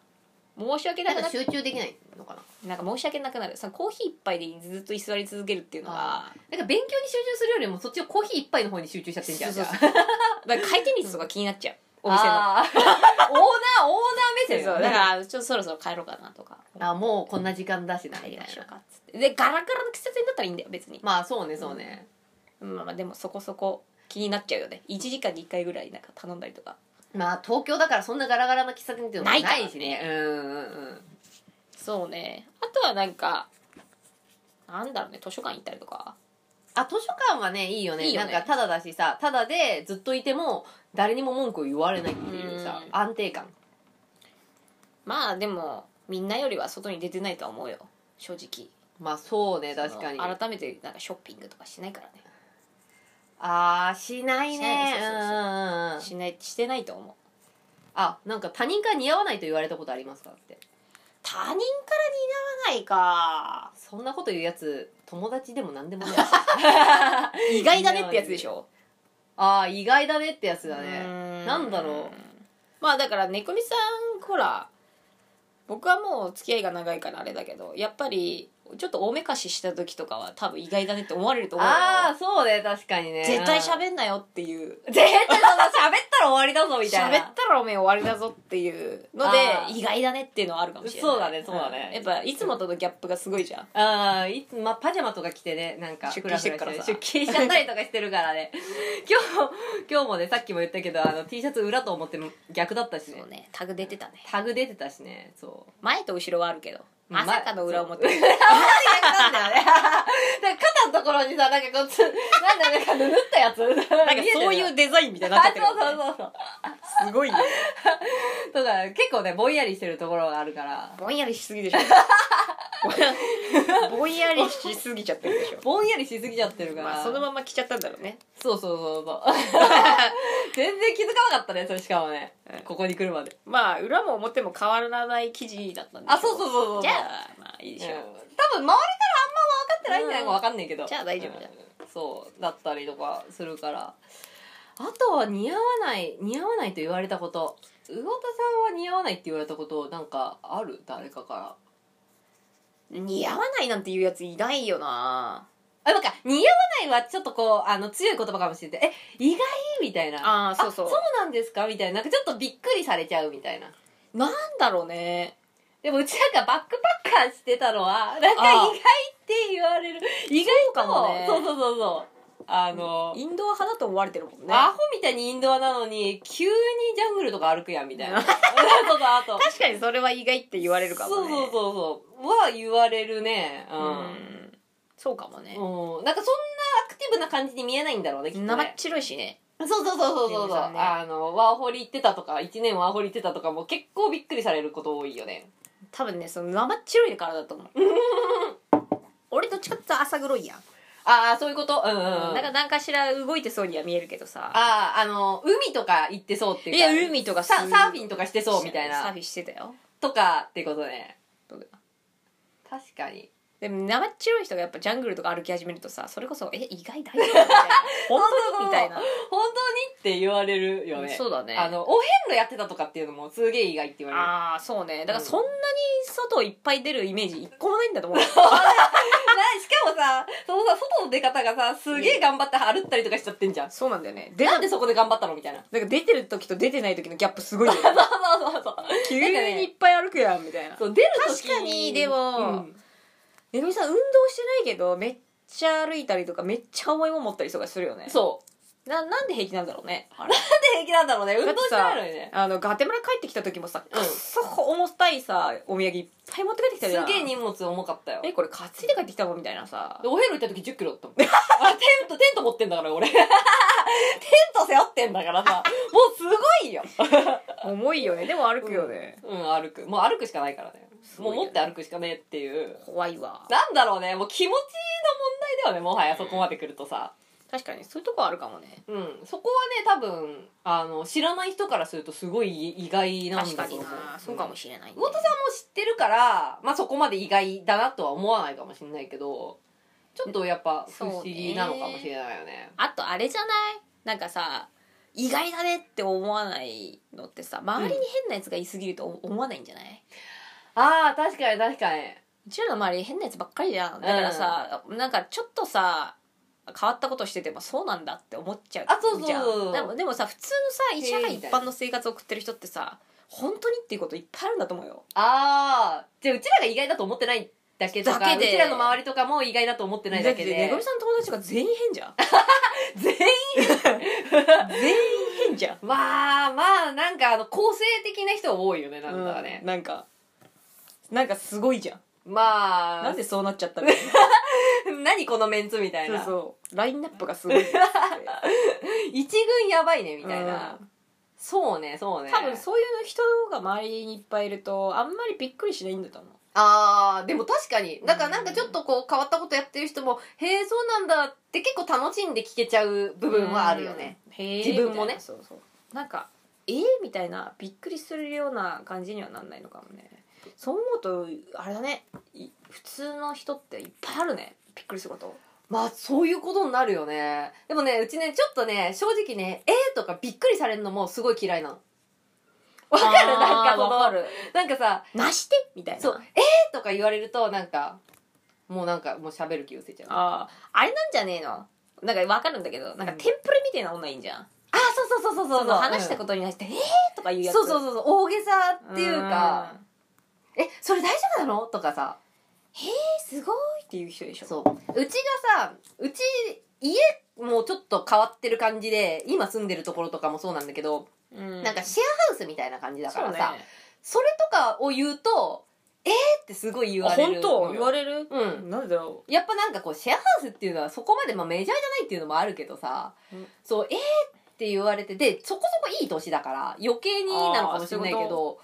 申し訳なくなっ
集中できないのかな
なんか申し訳なくなるそのコーヒー一杯でずっと居座り続けるっていうのが
なんか勉強に集中するよりもそっちのコーヒー一杯の方に集中しちゃってんじゃん
そうそう
じゃあ
だから回転率とか気になっ ちゃうお店の
あー オーナーオーナー目線
そう
よ
だからちょっとそろそろ帰ろうかなとか
あもうこんな時間だしな
帰
み
り
たい
ましょう
な
かっつってでガラガラの喫茶店だったらいいんだよ別に
まあそうねそうね、
まあまあでもそこそこ気になっちゃうよね1時間に1回ぐらいなんか頼んだりとか
まあ東京だからそんなガラガラな喫茶店っていうのもないしね
な
うんうんうん
そうねあとはなんかなんだろうね図書館行ったりとか
あ図書館はねいいよね
いいよね
なんかタダだしさタダでずっといても誰にも文句を言われないっていうさ
うん
安定感
まあでもみんなよりは外に出てないとは思うよ正直
まあそうね確かに
その
あ
改めてなんかショッピングとかしないからね
あーしない
しな
ね
いそうそうそう
うんうんうん
しないしてないと思う
あなんか他人から似合わないと言われたことありますかって
他人から似合わないか
そんなこと言うやつ友達でも何でもない
意外だねってやつでしょ
ああ意外だねってやつだ
う
ね
ー
なんだろ
まあだから猫みさんほら僕はもう付き合いが長いからあれだけどやっぱりちょっとおめかしした時とかは多分意外だねって思われると思うよ
ああそうね確かにね
絶対
うん
喋んなよっていう
絶対そんな喋ったら終わりだぞみた
喋
い
っ
な
たらおめえ終わりだぞっていうので
あー
意外だねっていうのはあるかもしれない
そうだねそうだね
んやっぱいつもとのギャップがすごいじゃん
ああいつまあパジャマとか着てねなんか
出勤してっから
フ
さ
ラフラして出勤しちゃったりとかしてるからね 今日今日もねさっきも言ったけどあの T シャツ裏と思っても逆だったしね
そうねタグ出てたね
タグ出てたしねそう
前と後ろはあるけど
ま
まさかの裏表
そう なんだよね だから肩のところにさなんかこうつなんだよなんかぬぬったやつなんか
なんかそういうデザインみたいになっ
あ
ちゃ
そ
っ
う
てるよね
そうそうそう
すごいね
とか結構ねぼんやりしてるところがあるから
ぼんやりしすぎ でしょぼんやりしすぎちゃってるでしょ
ぼんやりしすぎちゃってるから、
まあそのまま着ちゃったんだろうね
そうそうそうそう 全然気づかなかったねそれしかもね
うん
ここに来るまで
まあ裏も表も変わらない記事だったんでしょ
あそうそうそうそう
じゃあまあいいでし
うん多
ょ
分
う、
周りからあんま分かってないんじゃないか
うん
分かんないけど
じゃあ大丈夫じゃん
うんそうだったりとかするからあとは似合わない似合わないと言われたこと魚田さんは似合わないって言われたことなんかある誰かから
似合わないなんていうやついないよな
あなんか似合わないはちょっとこうあの強い言葉かもしれないえ意外みたいな
ああそうそう
そうなんですかみたいななんかちょっとびっくりされちゃうみたいな
なんだろうね
でもうちなんかバックパッカーしてたのはなんか意
ああ
外って言われる意外と
そうかもね
そうそうそうそうあの、
インドア派だと思われてるもんね
アホみたいにインドアなのに急にジャングルとか歩くやんみ たいなそうそうあと
確かにそれは意外って言われるかもね
そうそうそうそうは言われるねうん、
うんそうかもね
うんなんかそんなアクティブな感じに見えないんだろうねきっと
生っ
ね
白いしね
そうそうそうそうそう
ね
そう
さんね
あのワーホリ行ってたとか1年ワーホリ行ってたとかも結構びっくりされること多いよね
多分ねその生っ白いからだと 思う俺どっちかって言ったら朝黒いやん、
ああそういうことうんうん、うん、
なんか何かしら動いてそうには見えるけどさ
あああの海とか行ってそうっていう
い
か
や海とか
サ
す
サーフィンとかしてそうみたい
サー
な
フィンしてたよ
とかってことね
どうだ
確かに
でも生っ白い人がやっぱジャングルとか歩き始めるとさそれこそ「え意外大丈夫?」 みたいな「本当に?」みたいな
本当にって言われるよね
そうだね
あのお遍路やってたとかっていうのもすげえ意外って言われる
ああそうねだからそんなに外いっぱい出るイメージ一個もないんだと思う
なしかもさそのさ外の出方がさすげえ頑張って歩ったりとかしちゃってんじゃん
そうなんだよねで
なん でそこで頑張ったの みたいな
なんか出てる時と出てない時のギャップすごいよね
そうそうそうそう
急
なん
に
かね
いっぱい歩くやんみたいな
そう出る時
確かにでも
うん
ねるみさん運動してないけどめっちゃ歩いたりとかめっちゃ重いもん持ったりとかするよね
そう
ななんで平気なんだろうねあれ
なんで平気なんだろうね運動してないのにね
あのガテマラ帰ってきた時もさ
うん
くっそ重たいさお土産いっぱい持って帰ってきた
す
じゃん
げえ荷物重かったよ
えこれ担いで帰ってきたのみたいなさ
でお遍路行った時1 0キロだったもんあテントテント持ってんだから俺テってんだ からさ、もうすごいよ。
重いよねでも歩くよね、
うん、歩く。もう歩くしかないからね。も
ご
う
いよね
持って歩くしかねえっていう。
怖いわ
なんだろうね、もう気持ちの問題だよね、もはやそこまで来るとさ。
確かにそういうとこあるかもね
うん、そこはね、多分、あの、知らない人からするとすごい意外なん
確
だ
か
と
に
思う。
なそうかもしれない、ね、
魚田さんも知ってるから、まあ、そこまで意外だなとは思わないかもしれないけどちょっとやっぱ不思議なのかもしれないよね
あとあれじゃないなんかさ意外だねって思わないのってさ周りに変なやつがいすぎると思わないんじゃない、
ああ確かに確かに
うちらの周り変なやつばっかりじゃんだからさ、なんかちょっとさ変わったことしててもそうなんだって思っちゃう
あそうそう
じゃんでもでもさ普通のさ
へえ
医者が
みたい
一
な
般の生活を送ってる人ってさ本当にっていうこといっぱいあるんだと思うよ
ああじゃあうちらが意外だと思ってないだけとか
だけで
うちらの周りとかも意外だと思ってないだけで
だってねごみさんの友達が全員変じゃん
全員
全 員変じゃん
まあまあなんかあの個性的な人多いよねなんだかね
う、んなんかなんかすごいじゃん
まあ
なんでそうなっちゃったのみたいな
何このメンツみたいな
そうラインナップがすごいですって
一軍やばいねみたいな、
う
そうねそうね
多分そういう人が周りにいっぱいいるとあんまりびっくりしないんだと思う
あーでも確かにだからなんかちょっとこう変わったことやってる人も「へえそうなんだ」って結構楽しんで聞けちゃう部分はあるよね、
うん。へー
自分もね
みたいなそうそう。なんか、えー、みたいな、びっくりするような感じにはなんないのかもね。そう思うと、あれだね。い普通の人っていっぱいあるね。びっくりすること。
まあそういうことになるよねでもねうちねちょっとね正直ね「えー」とかびっくりされるのもすごい嫌いなのわかるなんかそ
わか
の
る。
なんかさ
なしてみたい
「
な。
そう。えー」とか言われるとなんかもうなんかもう喋る気失せちゃうあ
ああ、あれなんじゃねえのなんかわかるんだけど、なんかテンプレみたいな女いいんじゃん。
あそうそうそうそうそう
その話した
こ
ことに対して、えーとか言うやつ。
そうそうそうそう大げさっていうか
ん。
「えそれ大丈夫なの?」とかさ
え、すごいっていう人でしょ。
そううちがさうち家もちょっと変わってる感じで今住んでるところとかもそうなんだけど、
う。ん
なんかシェアハウスみたいな感じだからさ
そ
そ,、
うね
れとかを言うと「えー!」ってすごい言
あ
われ
本
る
当言わ
れ
れる
うん
なんでだろう。
やっぱなんかこうシェアハウスっていうのはそこまでまあメジャーじゃないっていうのもあるけどさ、
うん
そう「えー!」って言われてでそこそこいい年だから余計になのかもしれないけ
あーそ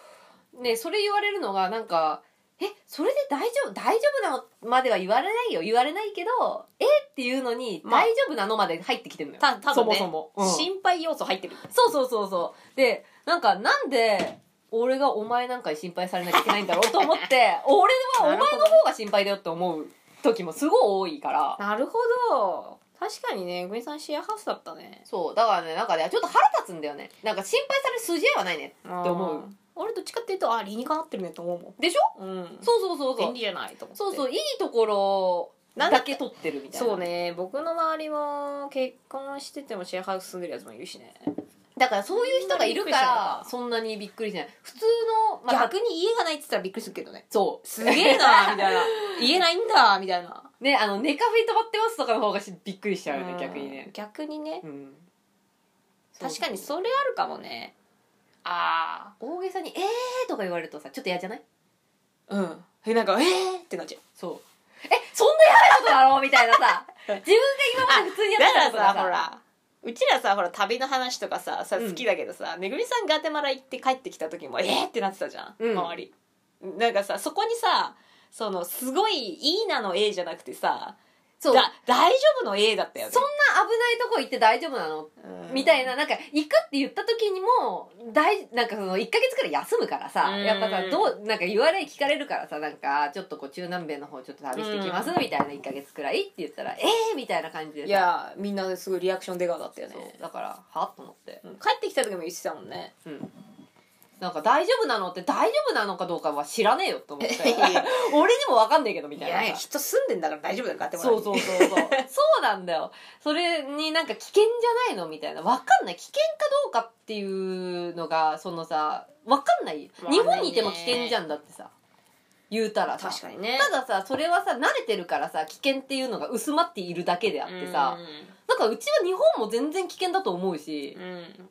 う
どねそれ言われるのがなんか「えそれで大丈夫大丈夫なの?」までは言われないよ言われないけど「えっていうのに「
まあ
大丈夫なの?」まで入ってきてるのよ、
た多
そ
分
も
ね
そも、うん
心配要素入ってる
そうそうそうそうでなんかなんで俺がお前なんかに心配されなきゃいけないんだろうと思って 俺はお前の方が心配だよって思う時もすごい多いから
なるほど確かにねグミさんシェアハウスだったね
そうだからねなんかねちょっと腹立つんだよねなんか心配される筋合いはないね
って
思う
俺どっちかっていうとあ理にかなってるねと思うもん
でしょ
うん
そうそうそうそ
便
う
利じゃないと思って
そうそういいところだけ取ってるみたいな
そうね僕の周りも結婚しててもシェアハウス住んでるやつもいるしね
だからそういう人がいるからそんなにびっくりしない普通の、まあ、
逆に家がないって言ったらびっくりするけどね
そう
すげえな みたいな家ないんだみたいな
ねあの寝カフェ泊まってますとかの方がしびっくりしちゃうよね逆に
う
ね
ん逆にね
うん
確かにそれあるかもねあ
大げさに「えー」とか言われるとさちょっと嫌じゃない
あうんえなんかえーってなっちゃう
そうえそんなやばいことだろうみたいな さ自分が今まで普通にやっ
だから
てたことが
さほらうちらさほら旅の話とかささ
うん
好きだけどさ、めぐみさんガテマラ行って帰ってきた時もえーってなってたじゃん、
うん
周りなんかさそこにさそのすごいいいなの A じゃなくてさ
そう
だ大丈夫の A だったよね
そんな危ないとこ行って大丈夫なの
うん
みたいな、なんか、行くって言った時にも、大、なんかその、1ヶ月くらい休むからさ、
うん
やっぱさ、どう、なんか言われ聞かれるからさ、なんか、ちょっとこう、中南米の方ちょっと旅してきます、みたいな1ヶ月くらいって言ったら、えーみたいな感じでさ
いやみんなすごいリアクションでかだったよね
そう、だから、はと思って。
うん帰ってきた時も言ってたもんね
うん。なんか、大丈夫なのって、大丈夫なのかどうかは知らねえよと思 っ て。
いやいや
俺にもわかんねえけど、み
い
たいなさ。
や人住んでんだから大丈夫だよガテマラ
そうそうそうそうそうなんだよそれになんか危険じゃないのみたいなわかんない危険かどうかっていうのがそのさわかんない
わかんない
日
ね
本にいても危険じゃんだってさ言うたらさ
確かにね
たださそれはさ慣れてるからさ危険っていうのが薄まっているだけであってさ
う
なんかうちは日本も全然危険だと思うし
んうん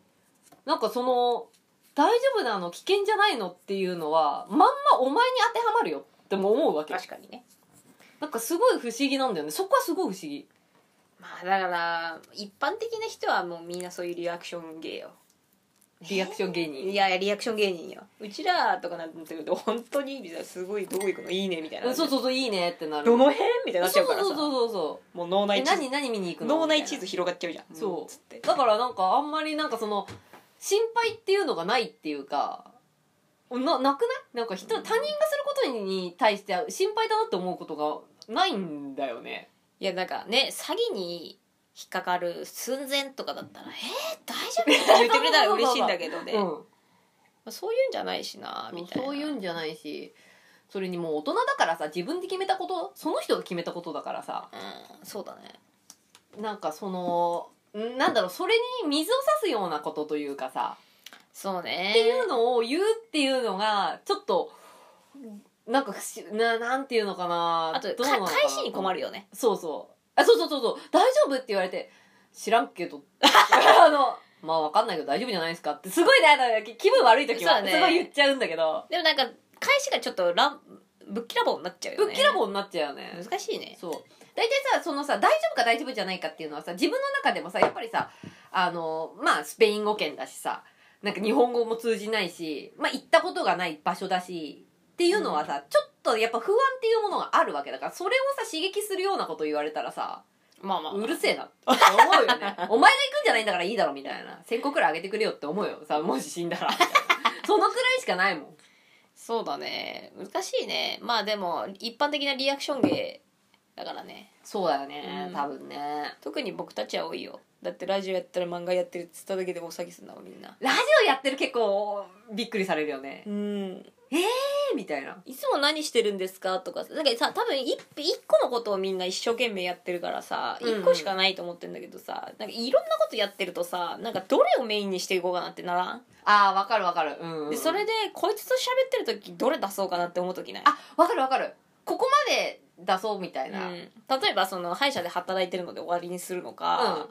なんかその大丈夫なの危険じゃないのっていうのはまんまお前に当てはまるよっても思うわけよ
確かにね
なんかすごい不思議なんだよねそこはすごい不思議
まあだから一般的な人はもうみんなそういうリアクション芸よ
リアクション芸
い
人。
やいやリアクション芸人ようちらとかなってると本当にみたいなすごいどこ行くのいいねみたいな、
うんそうそうそう、いいねってなる。
どの辺みたいになっち
そ
ゃ
う
うから
そう
さ
そうそうそ
もう脳
う。え、
内地図
何、何見に行くの
脳内地
みた
図広がっちゃうじゃん
そう
うんつって
いなだからなんかあんまりなんかその、心配っていうのがないっていうか、な、なくないなんか人、他人がすることに対して心配だなって思うことがないんだよね。
いやなんかね詐欺に引っかかる寸前とかだったら「えー、大丈夫?」って言ってくれたら嬉しいんだけどね、
う
ま
ん。
あ、そういうんじゃないしなみたいな
そういうんじゃないし、それにもう大人だからさ、自分で決めたこと、その人が決めたことだからさ、
うんそうだね
なんかその、んなんだろう、それに水を差すようなことというかさ、
そうね
っていうのを言うっていうのが、ちょっと、なんか不思な、なんていうのかな。
あと
どうなの
か
か
返
な
しに困るよね
そうそう。あ、そうそうそうそう。大丈夫って言われて、知らんけど。 あの、まあわかんないけど大丈夫じゃないですかって、すごいね、あの気分悪い時は、
そうだね
すごい言っちゃうんだけど、
でもなんか返しがちょっとランぶっきらぼうになっちゃうよね
ぶっきらぼうになっちゃうよね。
難しいね
そう。大体さ、そのさ、大丈夫か大丈夫じゃないかっていうのはさ、自分の中でもさ、やっぱりさ、あの、まあ、スペイン語圏だしさ、なんか日本語も通じないし、まあ、行ったことがない場所だし、っていうのはさ、ちょっとやっぱ不安っていうものがあるわけだから、それをさ、刺激するようなこと言われたらさ、
まあまあ
うるせえなって思うよね。 お前が行くんじゃないんだからいいだろ、みたいな。1000個くらい上げてくれよって思うよ。さ、もし死ん だら。みたいなそのくらいしかないもん。
そうだね難しいねまあでも一般的なリアクション芸だからね
そうだよね、
うん
多分ね。
特に僕たちは多いよだってラジオやったら漫画やってるっつっただけで大騒ぎするんだもんみんな
ラジオやってる結構、びっくりされるよね。
うん
えみたいな。
いつも何してるんですかとかなんかさ多分一一個のことをみんな一生懸命やってるからさ
うんうん
一個しかないと思ってんだけどさ、なんかいろんなことやってるとさなんかどれをメインにしていこうかなってならん、
ああ、わかるわかる。うん、
でそれ
で、
でこいつと喋ってる時どれ出そうかなって思う時ない
あ、わかるわかる。ここまで出そうみたい
う
な。
ん、例えばその歯医者で働いてるので終わりにするのか、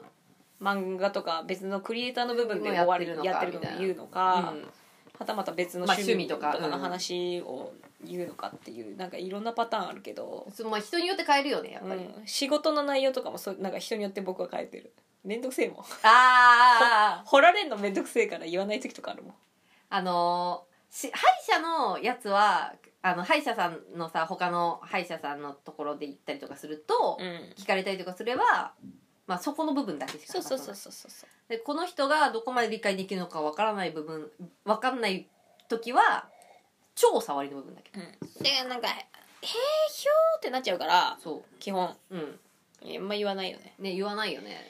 漫画とか別のクリエイターの部分で終わり
もう
や
や
っ
ってて
る
る
の
の
で
か
言うのか、
うん
はたまた別の
まあ
趣味
趣
と
味と
か
か
の
うん
話を言うのかっていうなんかいろんなパターンあるけど、
そのまあ人によって変えるよね、やっぱり。
うん仕事の内容とかもそうなんか人によって僕は変えてるめんどく せえもん
ああ、
掘られんのめんどくせえから言わない時とかあるもん
あのーし、歯医者のやつは、あの、歯医者さんのさ、他の歯医者さんのところで行ったりとかすると、聞かれたりとかすれば、まあそこの部分だけしか
そうそうそう
う
そうそうそう
でこの人がどこまで理解できるのかわからない部分わかんない時は超触りの部分だけ
うん、でなんか「へえひょー」ってなっちゃうから
そ
基本
ううん
あんま言わないよね
ね言わないよね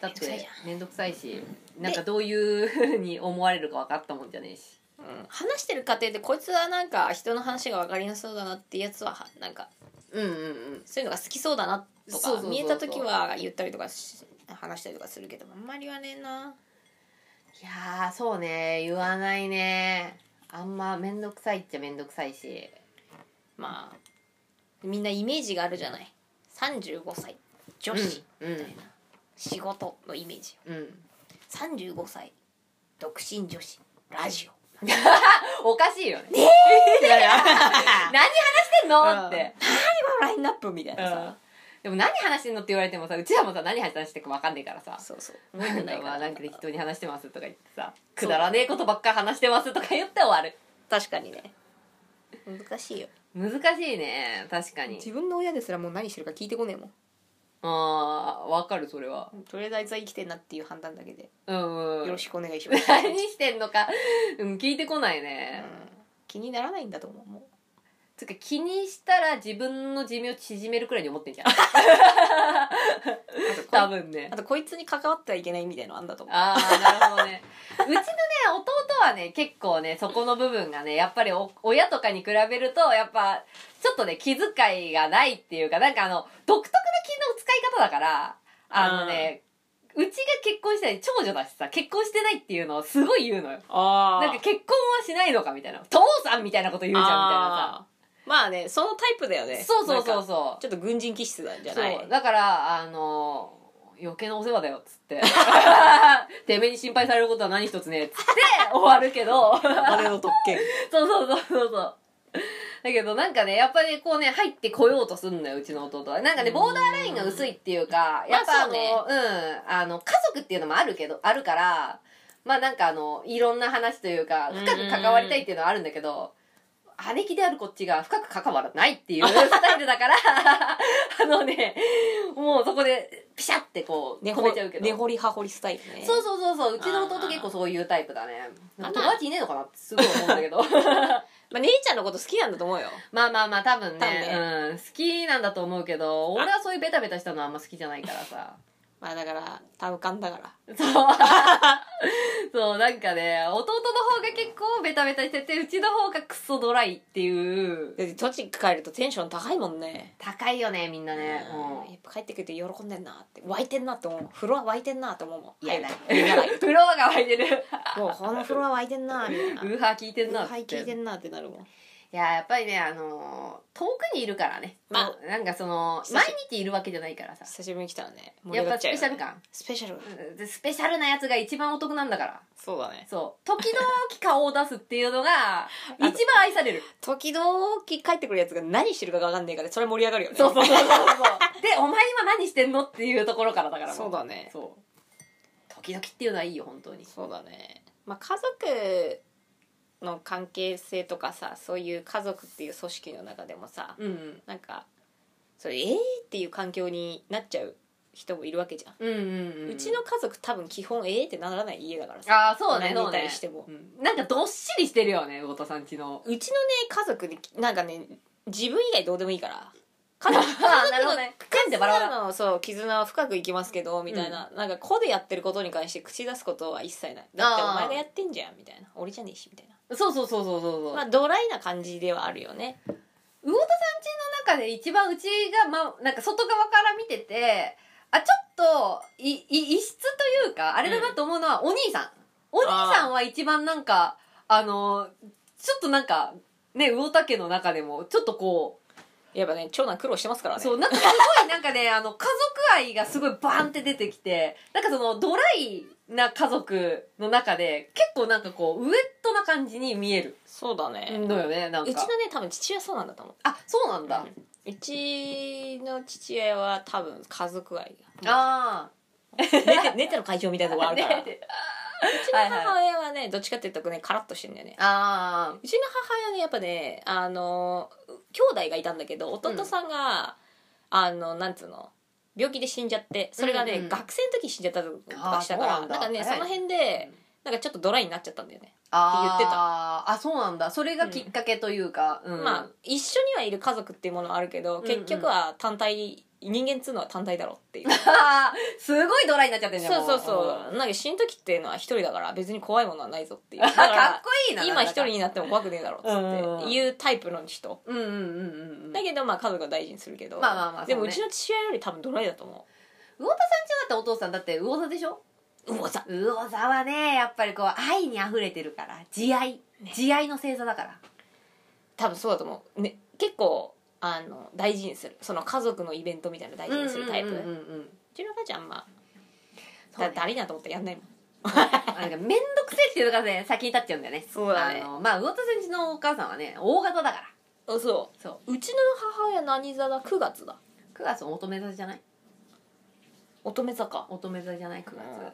だって
めんどくさいじ
めんどくさいしなんかどういうふうに思われるか分かったもんじゃねえし
うん話してる過程でこいつはなんか人の話が分かりなそうだなってやつははなんか
うんうんうん
そういうのが好きそうだなと
そうそうそう
か
そう
見えた時は言ったりとかし話したりとかするけどあんまり言わねえない
やーそうね言わないねあんまめんどくさいっちゃめんどくさいし
まあみんなイメージがあるじゃない35歳女子、
うんうん
仕事のイメージ
うん
35歳独身女子ラジオ
おかしいよね 何話してんのって、
ラインナップみたいなさ、
でも何話してんのって言われてもさうちらもさ何話してるか分かんねえからさ
そうそう
なんかまあなんか
確
適
か
当に話してますとか言ってさくだらねえことばっか話してますとか言って終わる
にね難しいよ
難しいね確かに
自分の親ですらもう何してるか聞いてこねえもん
ああわかるそれは
とりあえずあいつは生きてんなっていう判断だけで、
うん、うん、
よろしくお願いします、う
何してんのか、うん、聞いてこない
ん
ね、
気にならないんだと思うも
つうか気にしたら自分の寿命縮めるくらいに思って んじゃん
うあとこい
多分ね
あとこいつに関わってはいけないみたいなのあんだと思う
ああなるほどねうちのね弟はね結構ねそこの部分がねやっぱりお親とかに比べるとやっぱちょっとね気遣いがないっていうかなんかあの独特な気の使い方だからあのね、うちが結婚したり長女だしさ結婚してないっていうのをすごい言うのよ
あ
なんか結婚はしないのかみたいな。父さんみたいなこと言うじゃんみたいな
まあねそのタイプだよね
さ。そうそう
な
そ
ん
う
か
そう。
ちょっと軍人気質なんじゃない
そう。だから、あのー余計なお世話だよ、っつ って。てめえに心配されることは 何一つね、っつって終わるけど。そう
我の特権
そうそうそうそう。だけどなんかね、やっぱりこうね、入ってこようとすんのよ、うちの弟は。なんかね、
うん
ボーダーラインが薄いっていうか、やっぱあの、うん、あの、家族っていうのもあるけど、あるから、まあなんかあの、いろんな話というか、深く関わりたいっていうのはあるんだけど、姉貴であるこっちが深く関わらないっ ていうスタイルだから、 あのね、もうそこでピシャってこう、
根
止
掘
めちゃうけど。
根掘り葉掘りスタイルね
そうそうそうそううちの弟結構そういうタイプだね
あー
友達いねえのかなってすごい思うんだけど
まあ、姉ちゃんのこと好きなんだと思うよ
まあまあまあ多分ね
多分
うん、好きなんだと思うけど俺はそういうベタベタしたのはあんま好きじゃないから さ
まあだからタウカンだから
そう そうなんかね弟の方が結構ベタベタしててうちの方がクソドライっていう
だって栃木帰るとテンション高いもんね
高いよねみんなね
うんやっぱ帰ってくると喜んでんなって湧いてんなって思う風呂は湧いてんなって思うもん
うんいや
入
な
るとみんながいる
風呂が湧いてる
と もうこの風呂は湧いてんなみたいな
ウーハー聞いてんなっ
はい
て
聞いてんなってなるもん
いややっぱりねあのー遠くにいるからね、
ま
なんかその
久
毎
し
日いるわけじゃないからさ
久しぶりに来たらね盛り
やっ
上が
ぱ
っ
ス
ちゃう
ペ
よ
シャル感
スペシャル
うんでスペシャルなやつが一番お得なんだから
そうだね
そう時々顔を出すっていうのが一番愛される
時々帰ってくるやつが何してるかが分かんないからそれ盛り上がるよね
そうそ うそうそう でお前今何してんのっていうところからだから
そうだね
そう時々っていうのはいいよ本当に
そうだね、まあ、家族の関係性とかさそういう家族っていう組織の中でもさ
うん
なんかそれえーっていう環境になっちゃう人もいるわけじゃん、
うんうん
う
うん
ちの家族多分基本えーってならない家だからさ
ああそうね
何
そ
に
うね
対しても
うんなんかどっしりしてるよね太田さん ちの
うちのね家族になんかね自分以外どうでもいいから家族
あーなるほどね全でバラバラ
のそう絆は深くいきますけどみたいな、なんか子でやってることに関して口出すことは一切ないだって
あー
お前がやってんじゃんみたいな俺じゃねえしみたいな
そうそうそうそうそうそう、
まあドライな感じではあるよね
魚田さん家の中で一番うちが、ま、なんか外側から見ててあちょっといい異質というかあれだなと思うのはお兄さん、お兄さんは一番なんかあのちょっとなんかね魚田家の中でもちょっとこう
やっぱね長男苦労してますからね
そうなんかすごいなんかねあの家族愛がすごいバーンって出てきてなんかそのドライな家族の中で結構なんかこうウエットな感じに見える
そうだね、
のよねなん
う
か
ちのね多分父親そうなんだと思う
あそうなんだ、
うちの父親は多分家族愛が
あ
寝て寝ての会場みたいなとこ
あ
ある からうち
ね
の母親はねどっちかっていうとねカラッとしてんだよね
ああ
うちの母親ねやっぱねあの兄弟がいたんだけど弟さんが、あのなんつうの病気で死んじゃってそれがね、
うんうん
学生の時に死んじゃったとかしたか
あ
らな
ーそうんなんだ
かねその辺でなんかちょっとドライになっちゃったんだよね、
あ
って言って
たあそうなんだそれがきっかけというか、うん
まあ一緒にはいる家族っていうものはあるけど
んうん
結局は単体人間っつうのは単体だろっていう
あーすごいドライになっちゃってんね
そうそうそううなんか死ぬ時っていうのは一人だから別に怖いものはないぞって いうだか
かっ
ら
こいいな
今一人
に
になっても怖くねえだろっつっていうタイプの人
うんうんうんうん
だけどまあ家族は大事にするけど
まあまあまあそう
で
ね
もうちの父親より多分ドライだと思
魚田さんちだってお父さんだって魚座でしょ
ううおざ
魚座はねやっぱりこう愛にあふれてるから慈愛慈愛の星座だから
多分そうだと思う、ね、結構あの大事にするその家族のイベントみたいなの大事にするタイプう
うんうんうんうん
ちの母ちゃんあんま
そうね
だだりなと思ってやんないもん
なんか面倒くせえっていうのが ね先に立っちゃうんだよね
そうだね
あのまあ魚田さんちのお母さんはね大型だから
あそ
そう
ううちの母親何座だ9月だ
9月乙女座じゃない
乙女座か
乙女座じゃない9月は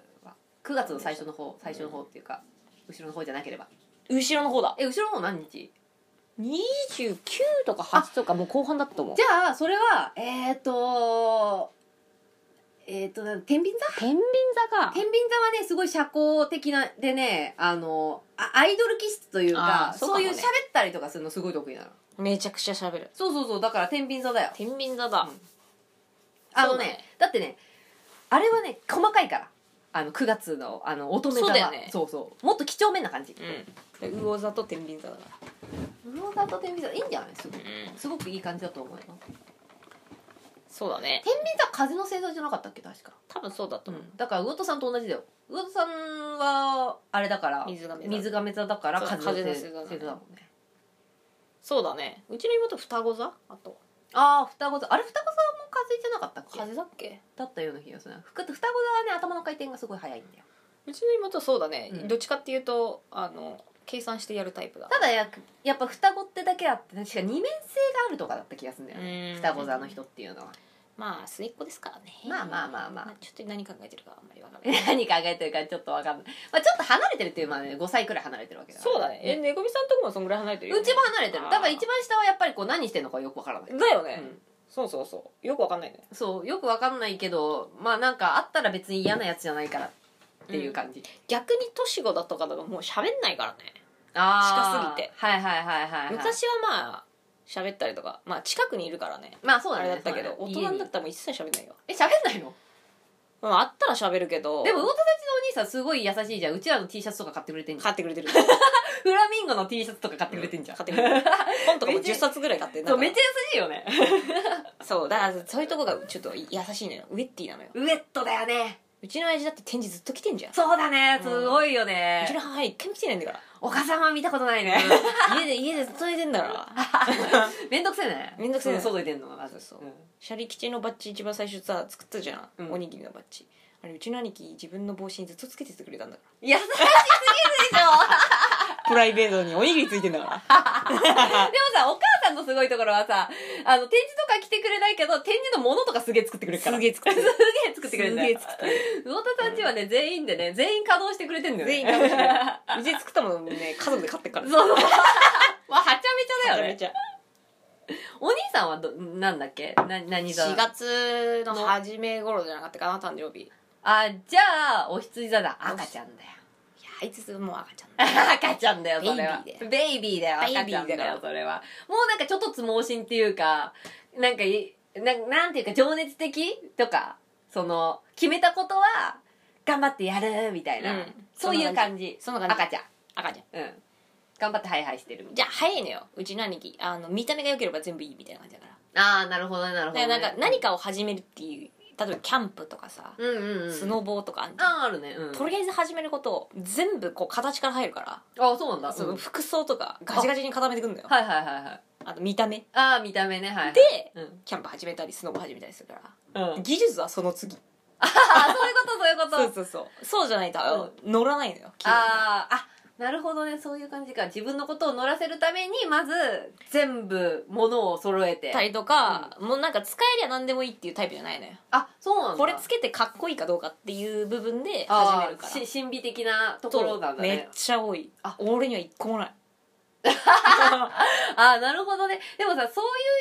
9月の最初の方最初の方っていうか後ろの方じゃなければ
後ろの方だ
え後ろの方何日
29とか8とかもう後半だったと思う
じゃあそれはえっ、ー、とえっ、ー、となん天秤座
天秤座か
天秤座はねすごい社交的なでねあのあアイドル気質という
あ
か
ーそう
そ
か
う
も
い
ね
う喋ったりとかするのすごい得意なの
めちゃくちゃ喋る
そうそうそうだから天秤座だよ
天秤座だ、
あの
そうだ
ね
ね
だってねあれはね細かいからあの9月のあの乙女座は
そうだよね
そうそうもっと几帳面な感じ
うんで魚座と天秤座だか
魚座と天秤座いいんじゃないすごい
らうん
すごくいい感じだと思うよ
そうだね
天秤座風の星座じゃなかったっけ確か、
多分そうだと思う、
だから魚田さんと同じだよ魚田さんはあれだから
水瓶座
水瓶座だから
そう
風の星
風の星座だね
星座だもんね
そうだねうちの妹双子座あと
ああ双子座あれ双子座も風じゃなかったっけ
風だっけ
だったような気がするなふく双子座はね頭の回転がすごい早いんだよ
うちの妹そうだね、
うん
どっちかっていうとあの計算してやるタイプだ
ただややっぱ双子ってだけあって確か二面性があるとかだった気がするんだよね
うん
双子座の人っていうのは
まあ末っ子ですからね
まあまあまあまあ
なちょっと何考えてるかあんまりわからない
何考えてるかちょっとわかんない、まあ、ちょっと離れてるっていうまあね5歳くらい離れてるわけだから
そうだねえねこみさんとこもそんぐらい離れてるよ、
う
ね、
ちも離れてる
あ
だ
ー
から一番下はやっぱりこう何してんのかよくわからない、
だよね、
うん
そうそうそうよくわかんないね
そうよくわかんないけどまあなんかあったら別に嫌なやつじゃないからっていう感じ、
逆に年子だとかだともう喋んないからね
あー
近すぎて
はいはいはいはい、はい、
昔はまあ喋ったりとかまあ近くにいるからね
まあそう
あ
だね
れだったけど
そう
大
ね
人に
家
なったらもう一切喋んないよ
え喋んないの
うんあったら喋るけど
でも魚田たちのお兄さんすごい優しいじゃんうちらの T シャツとか買ってくれてんじゃん
買ってくれてる
フラミンゴの T シャツとか買ってくれてんじゃん、
買ってくれてる本とかも
めっちゃ
10冊ぐらい買って
そうめっちゃ優しいよね
ゃそうだからそういうとこがちょっと優しいのよウェッティなのよ
ウエットだよね
うちの親父だって展示ずっと来てんじゃん
そうだね
うん
すごいよ
う
ね
ち、の母親一回も来てないんだから
お母さんは見たことない ね
家で家でずっと寝てんだから
めんどくせえね
めんどくせえね
そう外に出んのがまず
そうそうんシャリ吉のバッジ一番最初さ作ったじゃん、
うん
おにぎりのバッジあれうちの兄貴自分の帽子にずっとつけててくれたんだか
優しすぎるでしょ
らプライベートにおにぎりついてんだから
でもさお母さんのすごいところはさあの展示とか来てくれないけど展示のものとかすげえ作ってくれるから
すげえ作って
す
る
げえ作ってくれるんだよ
すげえ作ってる
魚田さんちはね全員でね全員稼働してくれてんだよね
全員楽しみ うちで作ったものもね家族で買ってっから
そう そうわはちゃめちゃだよ
め
ね
ちゃ
お兄さんはどなんだっけな何
めち
座
ゃ4月の初め頃じゃなかったかな誕生日いや
あじゃあお羊座だ赤ちゃんだよ
あいつもう赤ちゃんだ
赤ちゃんだよそれは
ベイビーだ
ベイビーだよ
ベイビーだよ
赤ちゃんだよそれはもうなんかちょっとつ盲信っていうかなんかいななんていうか情熱的とかその決めたことは頑張ってやるみたいな、
うん
そういう感じ
その感じ
赤ちゃ
赤ちゃ
んうん頑張ってハイハイしてるみたい
んじゃあ早いのようちの兄貴あの見た目が良ければ全部いいみたいな感じだから
なああーなるほどねなる
だか
ほど、
ら
ね、
なんか何かを始めるっていう例えばキャンプとかさ、
うんうんうん
スノボーとかあんじゃん
あーあるね、うん、
とりあえず始めることを全部こう形から入るから、
あそうなんだ
そ
うん
の服装とかガチガチに固めてくんだよあ
はいはいはいはい
と見た目
ああ見た目ねはいはい
で
うん、うん、
キャンプ始めたりスノボ始めたりするから
ああそういう
技術はその次
ことそういうこと
そうそうそうそうじゃないと、あの乗らないのよ気分が
あーあなるほどねそういう感じか自分のことを乗らせるためにまず全部ものを揃えて
たりとか、もうなんか使えりゃ何でもいいっていうタイプじゃないのよ
あそうなんだ
これつけてかっこいいかどうかっていう部分で始
あ
め
ー
るから
し神秘的なとこ
そ
ろ
う
なんだ
めっ
ね
ちゃ多い
あ
俺には一個もない
あーなるほどねでもさそういう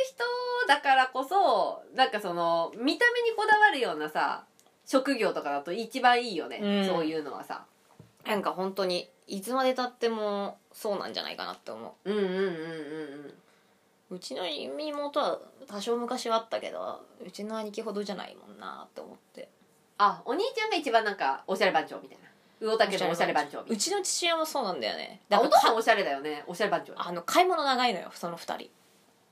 人だからこそなんかその見た目にこだわるようなさ職業とかだと一番いいよね、
うん
そういうのはさ
なんか本当にいつまでたってもそうなんじゃないかなって思う
うんうんうんうんうん
うちの妹は多少昔はあったけどうちの兄貴ほどじゃないもんなって思って
あお兄ちゃんが一番なんかおしゃれ番長みたいな魚竹のおしゃれ番長みたいうな
ちの父親もそうなんだよねだ
あ
か
お
ら
父さんおしゃれだよねおしゃれ番長
あの買い物長いのよその二人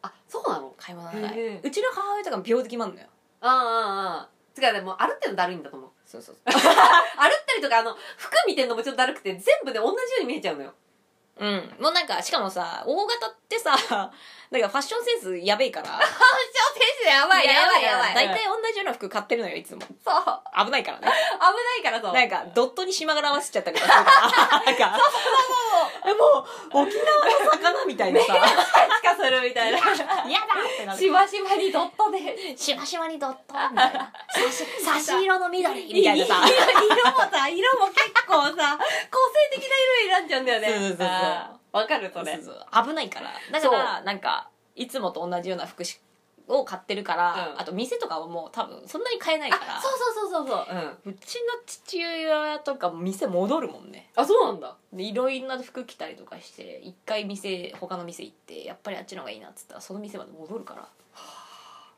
あそうなの
買い物長
へ
い
え
うちの母親とかも秒的もあんのよ
ああああああつうかでも歩ってんのだるいんだと思う
そうそう
歩ったりとかあの服見てんのもちょっとだるくて全部ね同じように見えちゃうのよ
そううんもうなんかしかもさ大型ってさなんかファッションセンス やべえから
あちょ先生やばいやばいやばい
大体同じような服買ってるのよいつも
そう
危ないからね
危ないからそう
なんかドットに島柄合わせちゃったりとかするからなんかもう沖縄の魚みたいな さ
カチカするみたいな
嫌だってなる
しばしばにドットで。
しましまにドットみたいな。差し、差し色の緑みたいなさ
色もさ色も結構さ個性的な色選んじゃうんだよね
そうそうそう
あーわかるそれ
そうそう危ないから。だから、なんか、いつもと同じような服しを買ってるから、
うん
あと店とかはもう多分そんなに買えないから
あ。そうそうそうそうそううん
うちの父親とかも店戻るもんね。
あそうなんだ
でいろいろな服着たりとかして、一回店、他の店行って、やっぱりあっちの方がいいなっつったら、その店まで戻るから。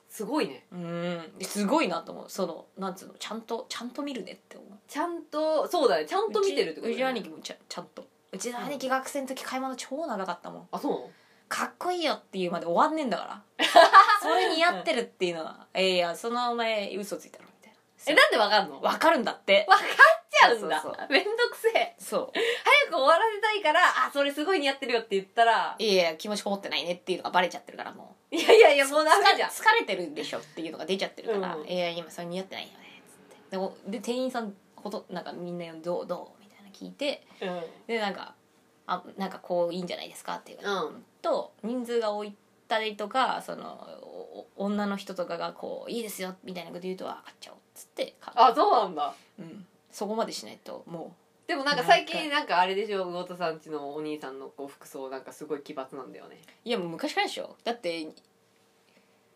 すごいね
うん。ですごいなと思う。その、なんつうの、ちゃんと、ちゃんと見るねって思う。
ちゃんとそうだねちゃんと見てるってこと
う
だ
ちの
よね
兄貴もちゃちゃんとうちの兄貴学生の時買い物超長かったもん
あそうなの
かっこいいよっていうまで終わんねえんだから それ似合ってるっていうのは「えいやそのお前嘘ついたの」みたい
え
な
なんでわかんの
わかるんだって
わかっちゃうんだ
そうそう
めんどくせえ
そう
早く終わらせたいからあそれすごい似合ってるよって言ったら
いやいや気持ちこもってないねっていうのがバレちゃってるからも
いやいやいや
う
もうダメじゃん
疲れ疲れてるでしょっていうのが出ちゃってるから「
うん
いや今それ似合ってないよね」つってでもで店員さんほとなんかみんなどうどうみたいな聞いて
うん
でなんか「あなんかこういいんじゃないですかっていう、
うん
と人数が多いたりとかそのおお女の人とかがこういいですよみたいなこと言うとあ買っちゃおうっつって買う、
あそうなんだ
うん、そこまでしないとも
でもなんか最近なんかあれでしょ魚田さんちのお兄さんのこう服装なんかすごい奇抜なんだよね
ういやもう昔からでしょだって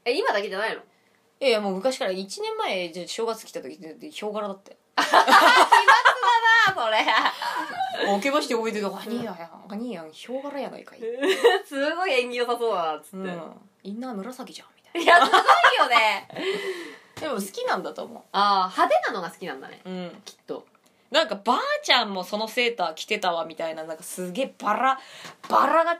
え今だけじゃない
い
の
やいやもう昔から1年前じゃあ正月来た時でヒョウ柄だったよ
あそれ
あけましておめでとう兄やん兄やんヒョウ柄やないかい、
すごい縁起良さそうだなっつって、
うん、インナー紫じゃんみたい
いやすごいよね
なでも好きなんだと思
ああ派手なのが好きなんだね
ううん
きっと
なんかばあちゃんもそのセーター着てたわみたいななんかすげえバラバラが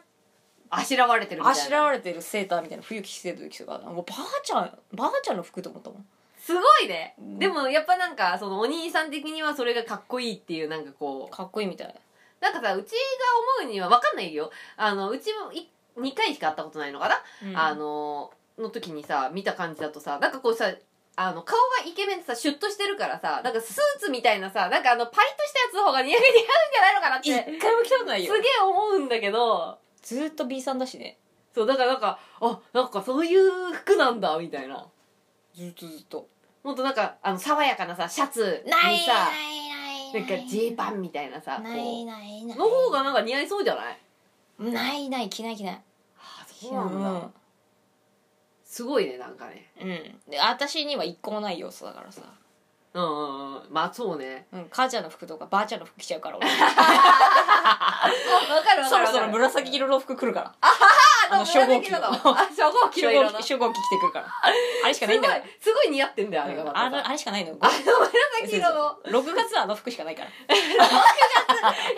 あしらわれてるみたい
あ
な
しらわれてるセーターみたいな冬着てた時とかもうばあちゃんばあちゃんの服と思ったもん
すごいね
うん
でもやっぱなんかそのお兄さん的にはそれがかっこいいっていうなんかこう
かっこいいみたいな
なんかさうちが思うには分かんないよあのうちもい2回しか会ったことないのかな、あのの時にさ見た感じだとさなんかこうさあの顔がイケメンでさシュッとしてるからさなんかスーツみたいなさなんかあのパリッとしたやつの方が似合う似合うんじゃないのかなっ
一回
て
も着たことない
す
よ
げえ思うんだけど
ずーっと B さんだしね
そうだからなんかあなんかそういう服なんだみたいな
ずっとずっと
もっとなんかあの爽やかなさシャツにさ
な
なんかジーパンみたいなさこう
ないな
の方がなんか似合いそうじゃない
ないない着ない着ない
あすごいねなんかね
うん、うん、で私には一個もない要素だからさ、
うんうんうんまあそうね
うん、母ちゃんの服とかばあちゃんの服着ちゃう から俺
わかるわ
そ
か
ろ
る
そろ
ろ
紫色の服来るからあ
あ
の
の
初号機
紫色のあ初号機
初
の
号機
色のす
初号機着てくるからあれしか
ご
ない
い
んだから
すごい似合ってんだよあれがま
あ
たさ
のあれしかないのよ
あの紫色の
そうそう6月はあの服しかないから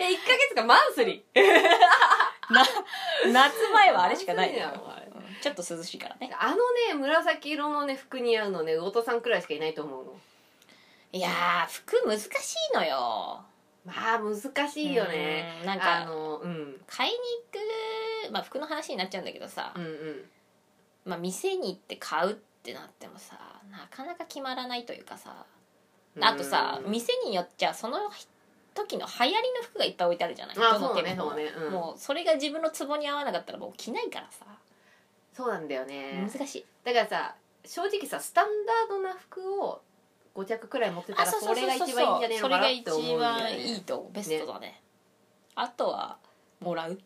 え1ヶ月かマンスリー
な夏前はあれしかないのよ
マンスリーなのあれ
うんちょっと涼しいからね
あのね紫色のね服似合うのね魚田さんくらいしかいないと思うの
いやー服難しいのよ
まあ難しいよね
うんなん
あ
か
のうん
買いに行く、まあ、服の話になっちゃうんだけどさ、
うんうん
まあ、店に行って買うってなってもさなかなか決まらないというかさあとさ
うん
店によっちゃその時の流行りの服がいっぱい置いてあるじゃない
あ
どの
そうね
店
そ
舗
う
も
ねうん
もうそれが自分のツボに合わなかったらもう着ないからさ
そうなんだよね
難しい
だからさ正直さスタンダードな服を5着くらい持ってたらこれが一番いいんじゃねえ
それ
のかな
が
っ
一
て思うんだよ
番
ね
いいと思うベストだねあとはもらう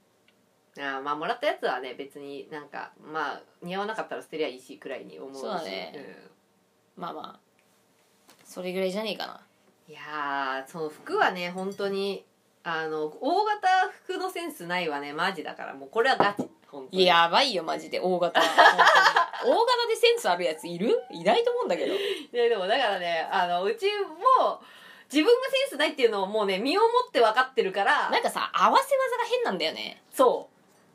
あーまあもらったやつはね別になんかまあ似合わなかったら捨てりゃいいしくらいに思うし
そうだねまあまあそれぐらいじゃねえかな
うんいやーその服はね本当にあの大型服のセンスないわねマジだからもうこれはガチ本当に
いややばいよマジで大型は 本当に大型でセンスあるやついるいないと思うんだけど
ででもだからねあのうちも自分がセンスないっていうのをもうね身をもって分かってるから
なんかさ合わせ技が変なんだよね
そう。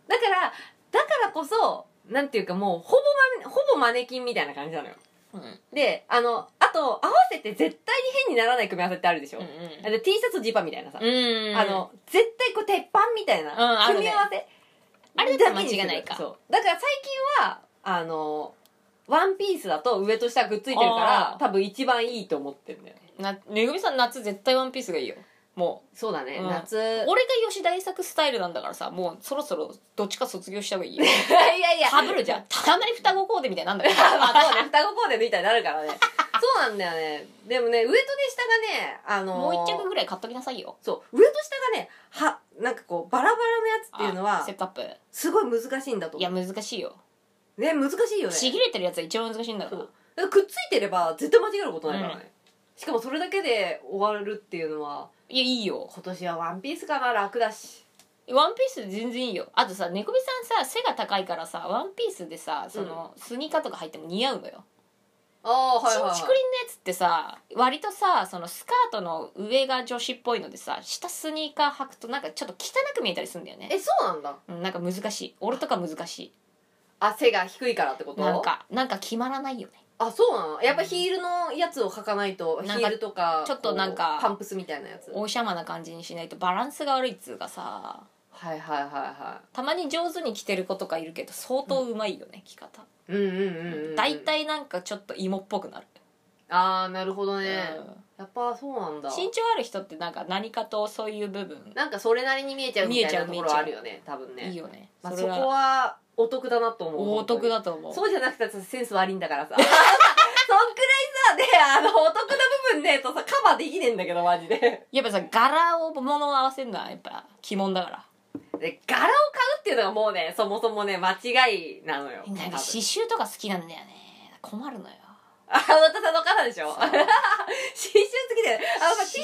だから、だからこそ、なんていうかもう、ほぼま、ほぼマネキンみたいな感じなのよ。
うんうん
で、あの、あと、合わせて絶対に変にならない組み合わせってあるでしょ、あの T シャツジーパンみたいなさ。
うん
あの、絶対こう、鉄板みたい
うん
な
あるね
組み合わせ。
あれだったら間違いないか
ダメにするそう。だから最近は、あの、ワンピースだと上と下くっついてるか
あー
ら、多分一番いいと思ってるんだよね。
なめぐみさん夏絶対ワンピースがいいよも
そうだね、
うんう
夏。
俺が吉大作スタイルなんだからさもうそろそろどっちか卒業した方がいいよ
いやいやいや
かぶるじゃんたまに双子コーデみたいになんだよ
まあそうね、双子コーデみたいになる からね。そうなんだよね。でもね、上とね、下がね、あのー
もう一着ぐらい買っときなさいよ
そう、上と下がね、は、なんかこう、バラバラのやつっていうの
あ
は
セッ、トアップ
すごい難しいんだと
い
思
や難しいよ
う。ね、難しいよね。
ちぎれてるやつが一番難しいんだか
そ
ら
うだからくっついてれば、絶対間違えることないからね。しかもそれだけで終わるっていうのは、
いやいいよ
今年はワンピースかな、楽だし。
ワンピースで全然いいよあとさ猫みさんさ背が高いからさワンピースでさその、スニーカーとか入っても似合うのよ
ああ、はい
新
はい、
竹林のやつってさ割とさそのスカートの上が女子っぽいのでさ下スニーカー履くとなんかちょっと汚く見えたりするんだよね
え、そうなんだ。
うんなんか難しい俺とか難し
あ、背が低いからってこ
い
と
なん。かなんか決まらないよね
あ、そうなのやっぱヒールのやつを履かないと、ヒ
なんか
ールとか、
ちょっとなんか
こうパンプスみたいなやつ。
おしゃまな感じにしないとバランスが悪いっつうかさ
はいはいはいは
たまに上手に着てる子とかいるけど相当うまいよね、着方
い。うんうんうんうん。
大。体なんかちょっと芋っぽくなる
ああ、なるほどね。
うん
やっぱそうなんだ
身長ある人ってなんか何かとそういう部分
なんかそれなりに見えちゃうみたいなと
見えちゃう
ころあるよね多分ね
いいよね、
まあ、
そ
そ
れ
こ
は
はお得だなと思う
お得だと思う
そうじゃなくてさセンス悪いんだ からさそんくらいさであのお得な部分ねとさカバーできねえんだけどマジで
やっぱさ柄を物を合わせるのはやっぱ鬼門だから
で柄を買うっていうのがもうねそもそもね間違いなのよ多分
なんか刺繍とか好きなんだよね困るのよ
あまたさんの方で しょ
そう
刺繍好きだよねあのさ
刺繍
T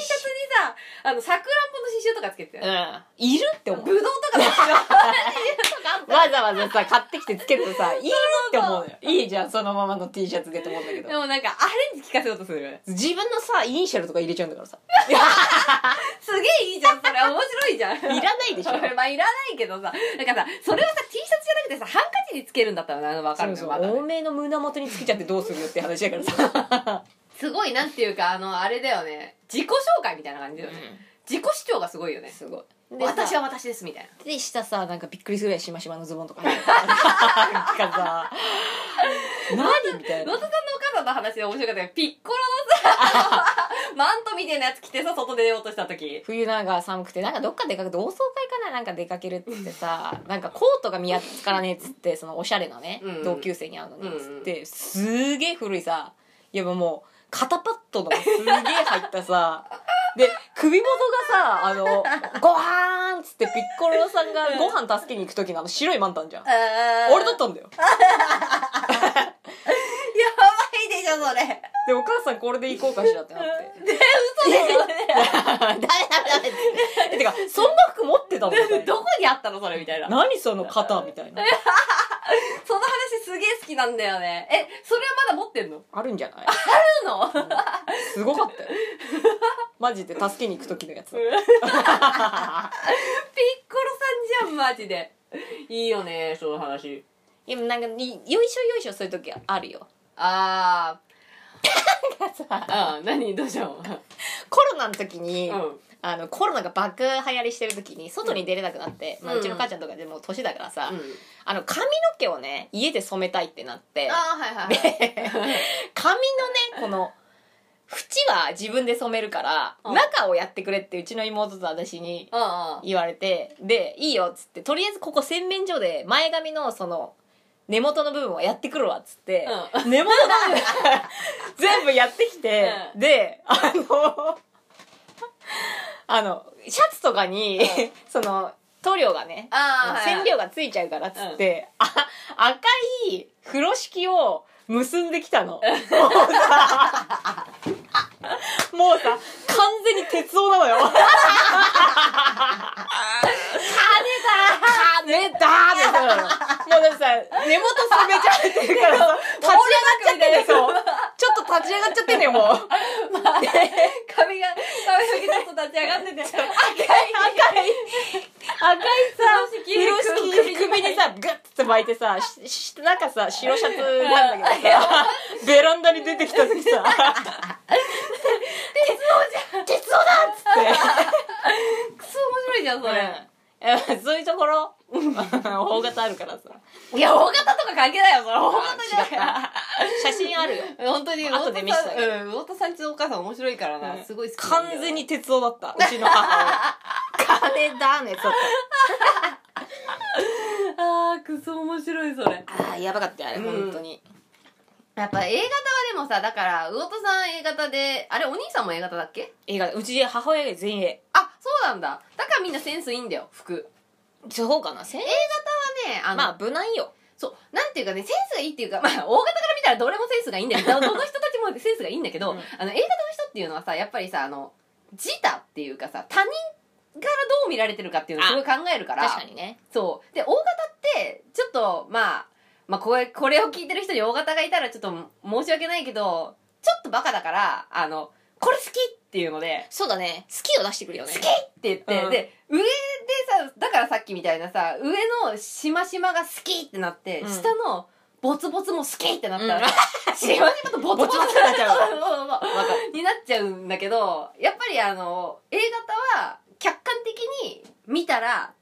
シャツにさあのさくらんぼの刺繍とかつけてたよね
うんいるって思
ぶ
う
どうとかの刺繍
わざわざさ買ってきてつける とさいるって思うのよ
そうそう
いいじゃんそのままの T シャツでと思うんだけど
でもなんかアレンジ聞かせようとするよね
自分のさイニシャルとか入れちゃうんだからさ
すげえいいじゃんそれ面白いじゃんい
いら ないでしょ
まあいらないけどさなんかさそれをさ T シャツじゃなくてさハンカチにつけるんだったら分か
そ
る
う
の
そ
よ
う
まだね
おめえの胸元につけちゃってどうするよって話だからさ、
すごいなんていうかあのあれだよね自己紹介みたいな感じだよね、自己主張がすごいよね
すごい
私
は
は私ですみたいな
で下さなんかびっくりするぐらいしましまのズボンとか 入ってたなんかさ何みたいな
野田さんのお母さんの話で面白かったけどピッコロ のさマントみたいなやつ着てさ外出ようとした時
冬なんか寒くてなんかどっか出かけ同窓会かななんか出かけるっつってさなんかコートが見つからねえっつってそのおしゃれなね、
うん
同級生に会うのにっつって、すげえ古いさいやもう肩パッドのすげえ入ったさ で首元がさあの「ごはん!」っつってピッコロさんがご飯助けに行く時のあの白いマンタンじゃん俺
俺
だったんだよ
やばいでしょそれ
でお母さんこれで行こうかしらってなって
嘘でしょ
ダメダメダメっててかそんな服持ってたのみたいな
どこにあったのそれみたいな
何その肩みたいな
その話すげえ好きなんだよねえそれはまだ持ってんの
あるんじゃない
あるの
すごかった よマジ で助けに行く時のやつ
ピッコロさんじゃんマジでいいよねその話
でもなんかによいしょよいしょそういう時あるよ
あ
なんかさ
あうん何どうしよ
コロナの時に、
う、うん、
あのコロナが爆流行りしてる時に外に出れなくなって、うまあ、
うん
うちの母ちゃんとかでもう年だからさ、
うん
あの髪の毛をね家で染めたいってなって
あーはいはいはい
髪のねこの縁は自分で染めるから、
うん
中をやってくれってうちの妹と私に
うんうん
言われてでいいよっつってとりあえずここ洗面所で前髪のその根元の部分をやってくるわっつって、根元の 部分全部やってきて、
う
であのあのシャツとかに、
うん
その塗料がね
あーはいはい
染料がついちゃうからっつって、あ赤い風呂敷を結んできたのもうさもうさ完全に鉄男なのよ金だ金だってそうなのもうだってさ根元染めちゃってる からさ立ち上がっちゃってるよそうちょっと立ち上がっちゃってんね もう
髪が髪の毛ちょっと立ち上がってて
赤
赤い
い赤いさ
風
風
呂
呂
敷
敷首にさグッて巻いてさししなんかさ白シャツなんだけど さベランダに出てきた時さ「鉄男だ!」っつ って
クソ面白いじゃんそれ、
やっぱ そういうところ 大型あるからさ
いや大型とか関係ないよそれ大型じゃ
あ写真あるよ
ない本当に
後で見せてあげ
うん太田さんちのお母さん面白いからな、すごい好きなんだよ
完全に鉄男だったうちの母親金だねちょっ
あークソ面白いそれ
とああやばかったよあれ、
うん
本当に
やっぱ A 型はでもさだから魚田さん A 型であれお兄さんも A 型だっけ
映画うち母親が全員絵
あそうなんだだからみんなセンスいいんだよ服
そうかなせん
ねあの、
まあ無難よ
そうなんていうかねセンスがいいっていうか、まあ、大型から見たらどれもセンスがいいんだ けどどの人たちもセンスがいいんだけど、
うん
あの A 型の人っていうのはさやっぱりさあの自他っていうかさ他人からどう見られてるかっていうのをすごい考えるから
確かにね
そうで O 型ってちょっとまあまあこれこれを聞いてる人に O 型がいたらちょっと申し訳ないけどちょっとバカだからあのこれ好きっていうので
そうだね好きを出してくるよ
好
ね
きって言って、
うん
で上でさだからさっきみたいなさ上のしましまが好きってなって、
うん
下のボツボツも好きってなった
うん
ら、しましまとボツボツ
ボツボツになっち ゃう
そうそうそうになっちゃうんだけどやっぱりあの A 型は客観的に見たら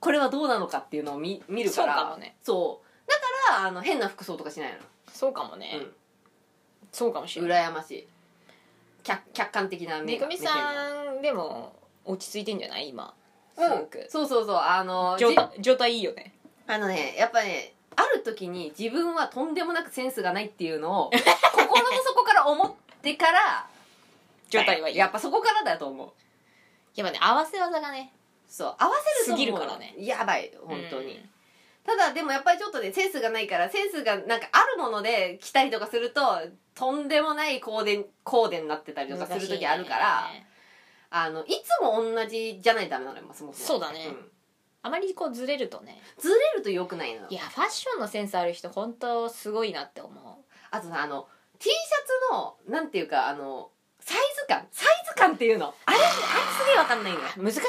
これはどうなのかっていうのを見見るから
そうかもね
そうだからあの変な服装とかしないの、
そうかもね、
うん
そうかもしれない
羨ましい客客観的な目
めぐ
が
み
目線が
さんでも落ち着いてんじゃない今す
う
ご
ん
く、
そうそうそうあの
状
じ
態状態いいよね
あのねやっぱねある時に自分はとんでもなくセンスがないっていうのを心の底から思ってから
状態はいい
やっぱそこからだと思う
やっぱね合わせ技がね
そう合わせるとも
過
う
ぎるからね
やばい本当に、
うん
ただでもやっぱりちょっとねセンスがないからセンスがなんかあるもので来たりとかするととんでもないコーデコーデになってたりとかする時あるから、
難しいね
あのいつも同じじゃないとダメなのよそもそも
そうだね
ん
あまりこうずれるとね
ずれると良くないのよ
いやファッションのセンスある人本当すごいなって思う
あとさあの T シャツのなんていうかあのサイズ感サイズ感っていうのあれあれすげえ分かんないのよ、
難しいね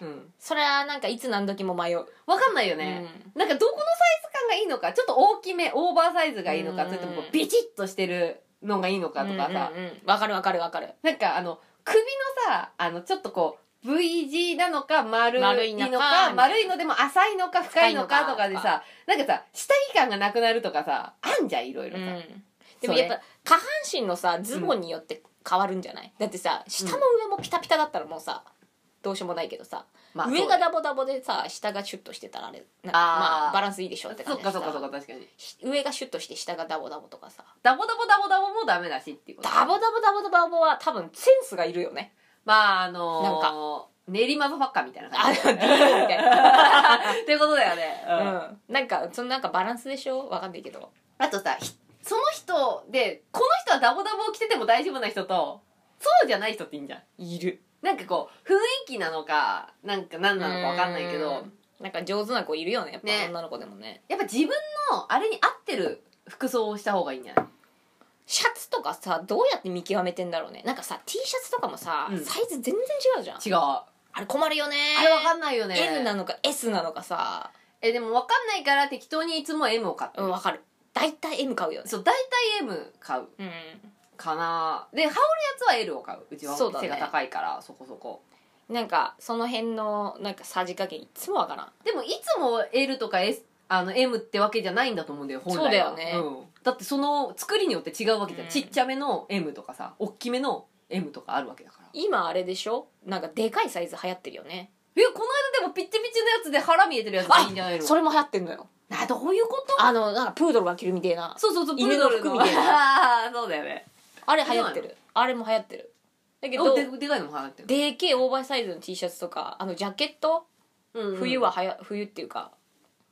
うん、
それはなんかいつ何時も迷う
分かんないよね、
うん
なんかどこのサイズ感がいいのかちょっと大きめオーバーサイズがいいのか
うん
それともこうビチッとしてるのがいいのかとかさ、
うんうんうんわかるわかるわかる
なんかあの首のさあのちょっとこう V 字なのか丸いのか
丸
丸
い
い
のか
のでも浅いのか深いの
深い
か
のか
とかでさなんかさ下着感がなくなるとかさあんじゃんいろいろ
う
さ、
んでもやっぱ下半身のさズボンによって変わるんじゃない、だってさ下も上もピタピタだったらもうさどうしようもないけどさ、
まあ
上がダボダボでさ下がシュッとしてたらあれなんか
あー
まあバランスいいでしょって感
そっ
じで
か
さ
そっかそっか確かに
ひ上がシュッとして下がダボダボとかさ
ダボダボダボダボもダメだしっていうこと
ダボダボダボダボは多分センスがいるよね
まああのー、
なん
練馬のファッカーみたいな
あ
感
の
じ
DV みたいな
っていうことだよね、うん
うんなんかそのなんかバランスでしょわかんないけど
あとさひその人でこの人はダボダボを着てても大丈夫な人とそうじゃない人っていいんじゃん
いる
なんかこう雰囲気なのかなんか何なのか分かんないけど
なんか上手な子いるよねやっぱ
ね
女の子でもね
やっぱ自分のあれに合ってる服装をした方がいいんじゃない
シャツとかさどうやって見極めてんだろうねなんかさ T シャツとかもさ、
うん
サイズ全然違うじゃん
違うあ
あれ困るよね
れ分かんないよね
L なのか S なのかさ
えでも分かんないから適当にいつも M を買って
うん分かる大体 M 買うよね
そう大体 M 買う
うん
かなで羽織るやつは L を買ううちは
そうだね
背が高いからそこそこ
なんかその辺のなんかさじ加減いつもわからん
でもいつも L とか S あの M ってわけじゃないんだと思うんだよ本来は
そうだよね
うんだってその作りによって違うわけじゃん、
うん
ちっちゃめの M とかさおっきめの M とかあるわけだから
今あれでしょなんかでかいサイズ流行ってるよね
えこの間でもピッチピチのやつで腹見えてるやつがいいんじゃないの
それも流行ってんのよ
あどういうこと
あのなんかプードルが着るみたいな
そうそうそう
犬の服みたい
なそうだよね
あれ流行ってるあれも流行ってるだけど
おででかいのも流行ってる、
でけえオーバーサイズの T シャツとかあのジャケット
うんうん
冬ははや冬っていうか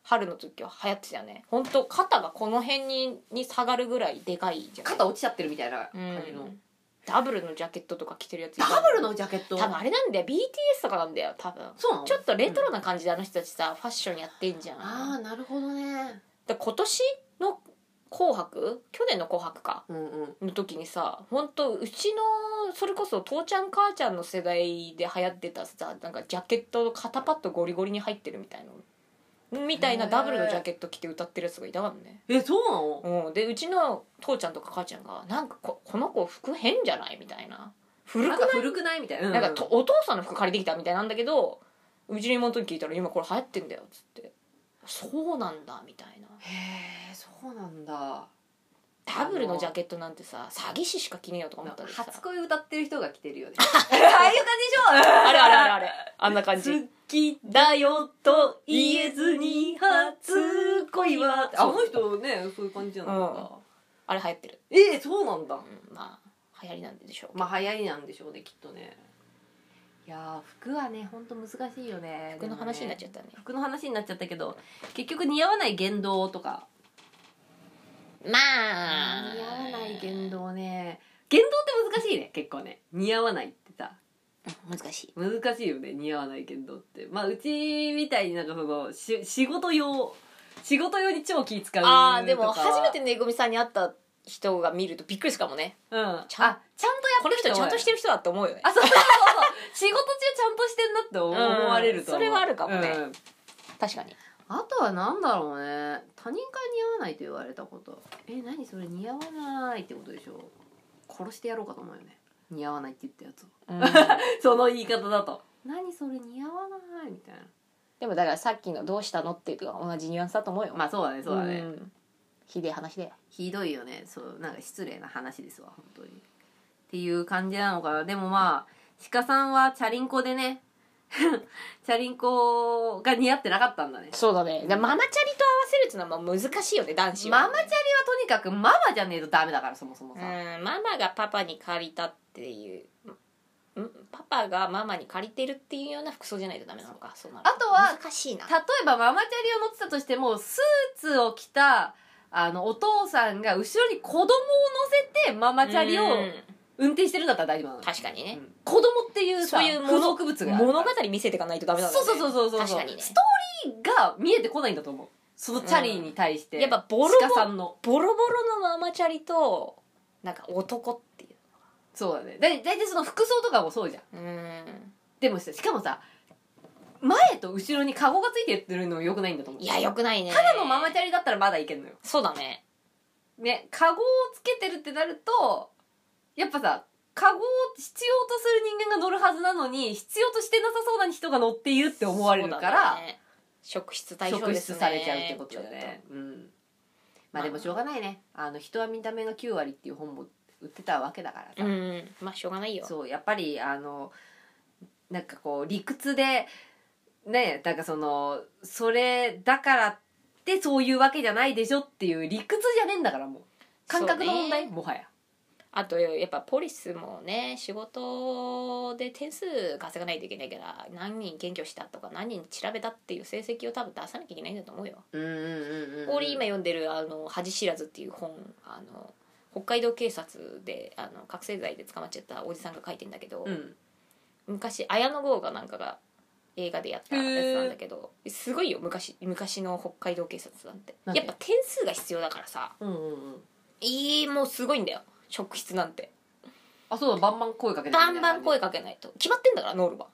春の時は流行ってたよね本当肩がこの辺にに下がるぐらいでかいじゃん
肩落ちちゃってるみたいな
う
感じの、
んダブルのジャケットとか着てるやついた
ダブルのジャケット
多分あれなんだよ BTS とかなんだよ多分
そうなの
ちょっとレトロな感じであの人たちさ、ファッションやってんじゃん
ああなるほどね
で今年の「紅白」去年の「紅白か」
うんうん
の時にさ本当うちのそれこそ父ちゃん母ちゃんの世代で流行ってたさなんかジャケットの肩パッドゴリゴリに入ってるみたいなみたいな
へー
ダブルのジャケット着て歌ってるやつがいたからね、
えそうなの
うん、でうちの父ちゃんとか母ちゃんが「なんかここの子服変じゃない?」みたいな古
なん
く
か
ない
古くないみたいな,、うう
なんかとお父さんの服借りてきたみたいなんだけどうちの妹に聞いたら「今これ流行ってんだよ」っつって「そうなんだ」みたいな
へえそうなんだ
ダブルのジャケットなんてさ詐欺師しか着ねえよとか思ったんでさ
初恋歌ってる人が着てる よねああいう感じでしょ
あれあれあれあれあんな感じ
好きだよと言えずに初恋はあの人ねそういう感じなんだ、
うんあれ流行ってる、
ええそうなんだ
うん、まあ流行りなんでしょう、
まあ流行りなんでしょうねきっとねいやー服はねほんと難しいよね
僕の話になっちゃ
っ
ったね
た服の話になっちゃったけど結局似合わない言動とか
ま
似
あ
合わない言動ね言動って難しいね結構ね似合わないってさ
難しい
難しいよね似合わない言動ってまあうちみたいになんかそのし仕事用仕事用に超気使うとか
ああでも初めてねごみさんに会った人が見るとびっくりするかもね
う
ち
ん
ゃん
あちゃんとやって
この人ちゃんとして
る
る人だって思うよね
あそうそうそうそう仕事中ちゃんとしてんなって思
うん
思われると思
そ
う
れはあるかもね
うん
確かに
あとはなんだろうね他人から似合わないと言われたことえ何それ似合わないってことでしょ殺してやろうかと思うよね似合わないって言ったやつを その言い方だと何それ似合わないみたい
でもだからさっきの「どうしたの?」っていうのが同じニュアンスだと思うよ
なまあそうだねそうだね、
んひでえ話だよ
ひどいよねそうなんか失礼な話ですわ本当にっていう感じなのかな。でもまあ、鹿さんはチャリンコでね、 チャリンコが似合ってなかったんだね。
そうだねでママチャリと合わせるっていうのはまあ難しいよね男子
マ
は
マチャリはとにかくママじゃねえとダメだから、そもそもさ。
うんママがパパに借りたっていうんパパがママに借りてるっていうような服装じゃないとダメなのかそうなる
あとは
難しいな
例えばママチャリを乗ってたとしてもスーツを着たあのお父さんが後ろに子供を乗せてママチャリを
うん
運転してるんだったら大丈夫なの、
確かにね、
うん子供っていう
そ
さ
ういうもの
付属物がある
物語見せていかないとダメなんだ
そう
ね
そうそうそうそう
確かにね
ストーリーが見えてこないんだと思うそのチャリに対して、
やっぱボロ
鹿
ボ
さ
ロ
んの
ボロボロのママチャリとなんか男ってい
そうだねだい大体その服装とかもそうじゃん
ううん
でもさしかもさ前と後ろにカゴがついてってるのもよくないんだと思う
いやよくないね
ただのママチャリだったらまだいけんのよ
そうだね
ね、カゴをつけてるってなると、やっぱさ、カゴを必要とする人間が乗るはずなのに、必要としてなさそうな人が乗っているって思われるか
そうだ
ら、
ね職質対象
職
です
質
ね
されちゃうってことだよ
ちょっ
ね。うん。まあでもしょうがないね。あの、人は見た目の9割っていう本も売ってたわけだから
と
さ。
うんまあしょうがないよ
そう、やっぱり、あの、なんかこう、理屈で、ね、なんかその、それだからってそういうわけじゃないでしょっていう理屈じゃねえんだからもう。感覚の問題、
そうね
もはや。
あとやっぱポリスもね仕事で点数稼がないといけないから何人検挙したとか何人調べたっていう成績を多分出さなきゃいけないんだと思うよ、
うんうんうんうん
俺今読んでる「あの恥知らず」っていう本あの北海道警察であの覚醒剤で捕まっちゃったおじさんが書いてんだけど、
うん
昔綾野剛がなんかが映画でやったやつなんだけどすごいよ昔昔の北海道警察なんて
なんで
やっぱ点数が必要だからさ
うんうんうん
いいもうすごいんだよ職質なんて
あそうだバンバン声かけて
バンバン声かけないと決まってんだからノルマ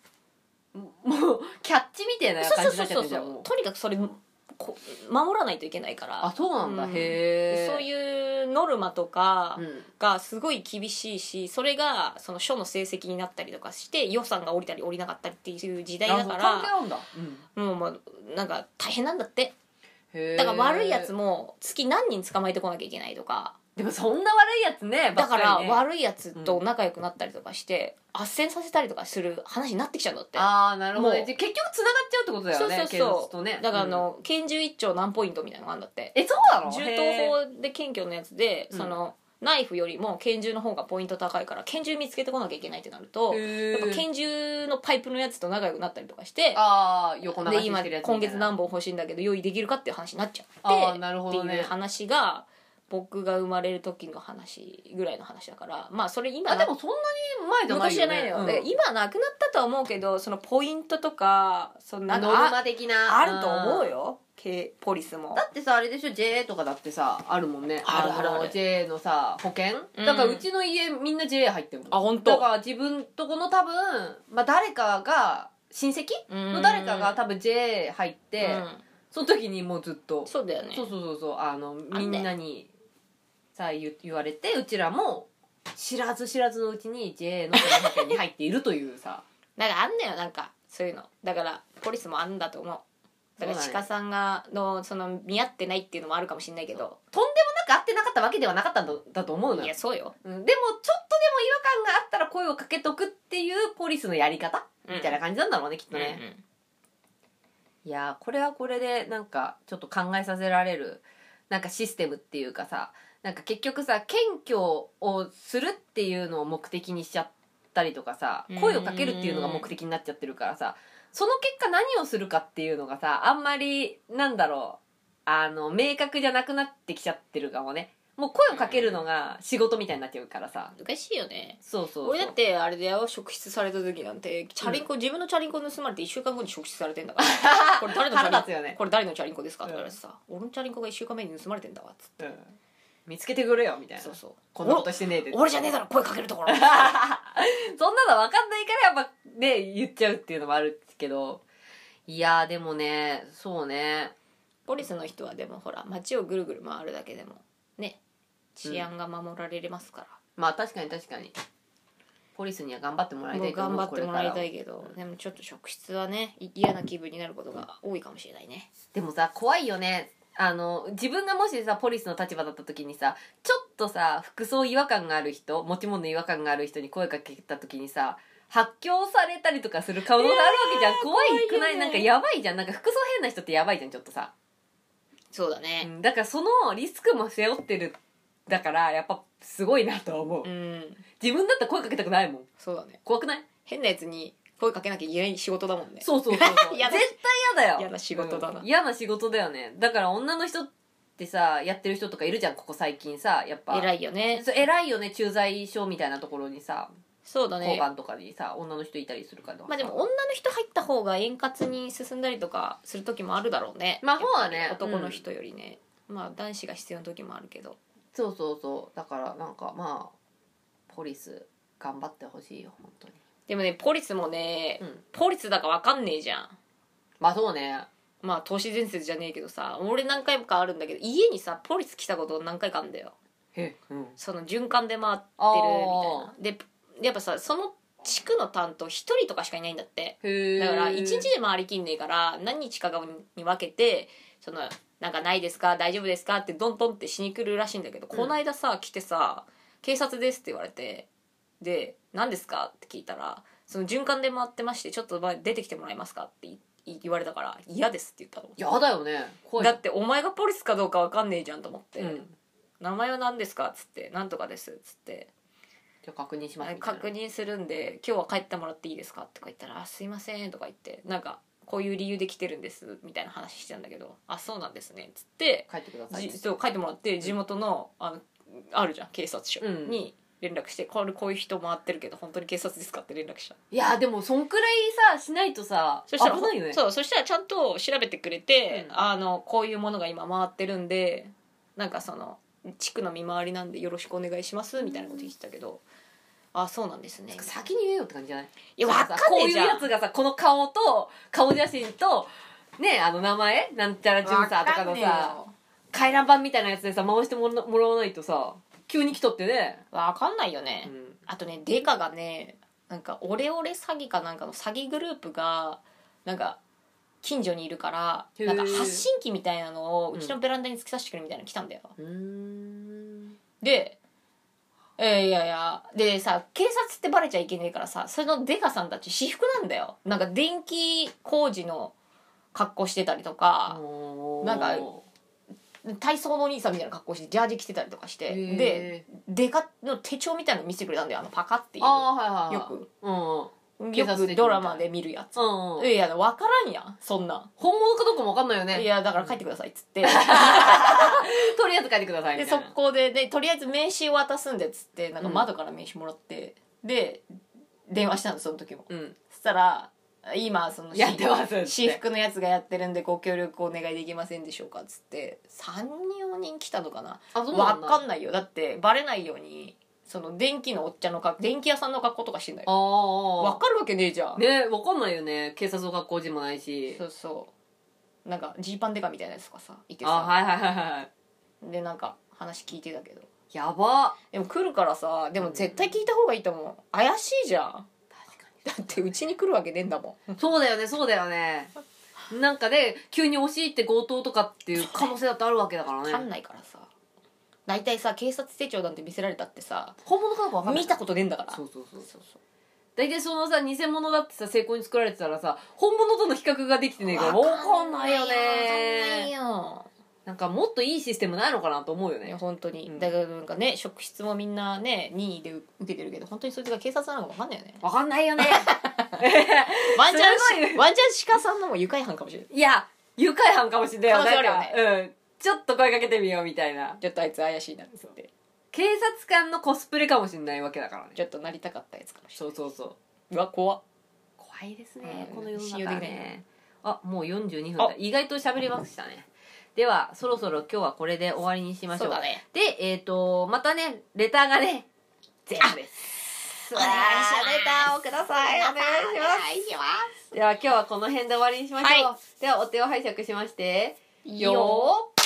もうキャッチみたいな
そう
感
そ
じ
うそ
にな
う
っ
そうん
ちゃってじゃん
そう
もう
とにかくそれこ守らないといけないから
あそうなんだ、
うん
へえ
そういうノルマとか
うん
がすごい厳しいしそれがその書の成績になったりとかして予算が下りたり下りなかったりっていう時代だか
あ関係
ら
あるんだ、うん、
もうまあなんか大変なんだって
へえ
だから悪いやつも月何人捕まえてこなきゃいけないとか
でもそんな悪いやつねば
だ
っか
か
り
ら
ね
悪いやつと仲良くなったりとかして斡旋させたりとかする話になってきちゃうんだって
ああなるほどね
もう
じゃあ結局つながっちゃうってことだよね
そうそうそう
警察とね
だからあの、拳銃一丁何ポイントみたいなのがあるんだって
うんえそうなの
銃
へえ
刀法で検挙のやつで、
うん
そのナイフよりも拳銃の方がポイント高いから拳銃見つけてこなきゃいけないってなると、
へ
や
え
っぱ拳銃のパイプのやつと仲良くなったりとかして
ああ横流し
で
し
今
てるやつ
今月何
本
本欲しいんだけど用意できるかっていう話になっちゃ
あ
っ
あ
て
なるほ
って
ど
いう
ね
話が僕が生まれる時の話ぐらいの話だからまあそれ今
あ
な
でもそんなに前じゃないよ、ね、
昔じゃないのよ、で
うん
今なくなったとは思うけどそのポイントとかそのなん
ノル
か
マ的な
ああると思
よ
うよけポリスも
だってさあれでしょ JA とかだってさあるもんね
あるあるある
の JA のさ保険、
うん
だからうちの家みんな JA 入ってるもん
あ本
だ
当
から自分とこの多分、まあ、誰かが親戚の誰かが多分 JA 入って、その時にもうずっと
そうだよね
そうそうそうそうあの
あ
み
れ
ん
ね
なにさ言言われてうちらも知らず知らずのうちに JA の保険に入っているというさ
なんかあんのよなんかそういうのだからポリスもあんだと思うだから
そうだ
鹿
ね
さんがのその見合ってないっていうのもあるかもしれないけど
とんでも なく会ってなかったわけではなかったんだだと思うの
い
よ
やそうよ
うんでもちょっとでも違和感があったら声をかけとくっていうポリスのやり方
うん
みたいな感じなんだろうね、きっと
うん
ね、いやーこれはこれでなんかちょっと考えさせられるなんかシステムっていうかさなんか結局さ謙虚をするっていうのを目的にしちゃったりとかさ
うん
声をかけるっていうのが目的になっちゃってるからさその結果何をするかっていうのがさあんまりなんだろうあの明確じゃなくなってきちゃってるかもねもう声をかけるのが仕事みたいになっちゃうからさ
うん難しいよね
そうそうそう
俺だってあれだよ職質された時なんてチャリンコ、自分のチャリンコ盗まれて1週間後に職質されてんだから これ誰のチャ
腹
リン
立つよね、
これ誰のチャリンコですか?」って言われてさ「俺のチャリンコが1週間前に盗まれてんだわ」っつっ
うん見つけてくれよみたい
て
な
そうそう
こんなことしてねえで
お俺じゃねえだろ声かけるとこ ろ
そんなの分かんないからやっぱね言っちゃうっていうのもあるけどいやーでもねそうね
ポリスの人はでもほら街をぐるぐる回るだけでもね治安が守られますか
まあ確かに確かにポリスには頑張っても
ら、
らいた
もう
いと思う
頑張ってもらいたい
こ
け
れか
どでもちょっと職質はねい嫌な気分になることが多いかもしれないね
らでもさ怖いよねあの自分がもしさポリスの立場だった時にさちょっとさ服装違和感がある人持ち物違和感がある人に声かけた時にさ発狂されたりとかする可能性あるわけじゃん、怖いくな
怖い
い
よね
なんかやばいじゃんなんか服装変な人ってやばいじゃんちょっとさ、
そうだ
う
ね
んだからそのリスクも背負ってるだからやっぱすごいなとは思う、
うん、
自分だったら声かけたくないもん
そうだね
怖くない
変なやつに声かけなきゃいけない仕事だもんね
そうそうそうそ う
嫌
絶
だ
対嫌だよ
嫌な仕事だな
うん嫌な仕事だよねだから女の人ってさやってる人とかいるじゃんここ最近さやっぱ
偉いよね
そう偉いよね駐在所みたいなところにさ
そうだ
交
ね
番とかにさ女の人いたりするから
まあでも女の人入った方が円滑に進んだりとかする時もあるだろうね
まあそうだね
やっぱり男の人よりね、まあ男子が必要な時もあるけど
そうそうそうだからなんかまあポリス頑張ってほしいよ本当に
でもねポリスもね、
うん
ポリスだかわかんねえじゃん
まあそうね
まあ都市伝説じゃねえけどさ俺何回かあるんだけど家にさポリス来たこと何回かあるんだよ
へうん
その循環で回って
あ
るみ
ー
たいなでやっぱさその地区の担当1人とかしかいないんだって
へえ
だから1日で回りきんねえから何日かに分けてそのなんかないですか大丈夫ですかってドントンってしに来るらしいんだけど、
うん
こないださ来てさ「警察です」って言われてで「何ですか?」って聞いたら「その循環で回ってましてちょっと前出てきてもらえますか?」っていい言われたから「嫌です」って言ったの。
やだよね怖い
だってお前がポリスかどうか分かんねえじゃんと思って「
うん
名前は何ですか?」っつって「なんとかです」っつって
じゃあ確認しますみたいな
確認するんで「今日は帰ってもらっていいですか?」とか言ったら「あすいません」とか言ってなんかこういう理由で来てるんですみたいな話してたんだけど「あそうなんですね」っつって
帰ってください
じそう書いてもらって地元のあのあるじゃん警察署
うん
に連絡して「これこういう人回ってるけど本当に警察ですか?」って連絡した
いやでもそんくらいさしないとさ
そ
危
したら
ないよね
そうそしたらちゃんと調べてくれて、
うん
あのこういうものが今回ってるんでなんかその地区の見回りなんでよろしくお願いしますみたいなこと言ってたけど「あそうなんですね」
先に言えよって感じじゃない
いやわかんね
こう
え
いう
じゃん
やつがさこの顔と顔写真とねあの名前なんちゃらジュンサーとかのさ回覧板みたいなやつでさ回してもらもらわないとさ急に来とってね、
わかんないよ
う
ね、
ん、
あとねデカがねなんかオレオレ詐欺かなんかの詐欺グループがなんか近所にいるから
へー
なんか発信機みたいなのを
う
う
ん
ちのベランダに突き刺してくるみたいなの来たんだよ、
うん
でえーいやいやでさ警察ってバレちゃいけねえからさそのデカさんたち私服なんだよなんか電気工事の格好してたりとか、なんか体操のお兄さんみたいな格好してジャージ着てたりとかして
へー
でデカの手帳みたいなの見せてくれたんだよあのパカってい
ああーはいはいはいう
よく
う警
よ
察手帳みたい
く
な
ドラマで見るやつ、
んうん、うん、
いや分からんやんそんなん
本物かどうかもわかんないよ
い
ね
やだから帰ってくださいっつって
とりあえず書いてくださいみ
で
たい
速
な
攻ででとりあえず名刺を渡すんでっつってなんか窓から名刺もらって、で電話したのその時も
うん
そしたら今その
やってますって
私服のやつがやってるんでご協力お願いできませんでしょうかっつって34人来たのかな
あそうな
わ
んだ
かんないよだってバレないようにその電気のおっちゃんの格電気屋さんの格好とかしてんだよ
あ
わ
あ
かるわけねえじゃん、
ねわかんないよね警察の学校時もないし
そうそうなんかジーパンデカみたいなやつとかさいて
あ
さ、
はいはいはいはい
でなんか話聞いてたけど
やば
でも来るからさでも絶対聞いた方がいいと思う怪しいじゃん
確か
だ
に
ってうちに来るわけねえんだもん
そうだよねそうだよねなんかで急に押し入って強盗とかっていう可能性だってあるわけだから
分かん
ね
ないからさ大体さ警察手帳なんて見せられたってさ
本物かどうかわかんない
見たことねえんだから
そうそうそう
そうそう
大体そのさ偽物だってさ成功に作られてたらさ本物との比較ができてねえからわかんないよね
わかんないよ
なんかもっといいシステムないのかなと思うよ
いや
ね
本当に、
うん
だからなんかね職質もみんなね任意で受けてるけど本当にそいつが警察なのか分かんないよね
わかんないよね
ワンチャ
すご
ンしワンチャン鹿さんのも愉快犯かもしれない
いや愉快犯かもしれない
可能性あるよ
なんかうんちょっと声かけてみようみたいな
ちょっとあいつ怪しいなっつって
警察官のコスプレかもしれないわけだからね
ちょっとなりたかったやつかもしれ
そうそうそう
ないうわ怖っ
怖いです
うん信用できないね
あもう42分だ
あ
意外と喋りましたねではそろそろ今日はこれで終わりにしましょう
そうだね
でえっ、とまたねレターがね全部です
お願いします
レターをくださいお願いしま
いします
すでは今日はこの辺で終わりにしましょう、ではお手を拝借しまして
よー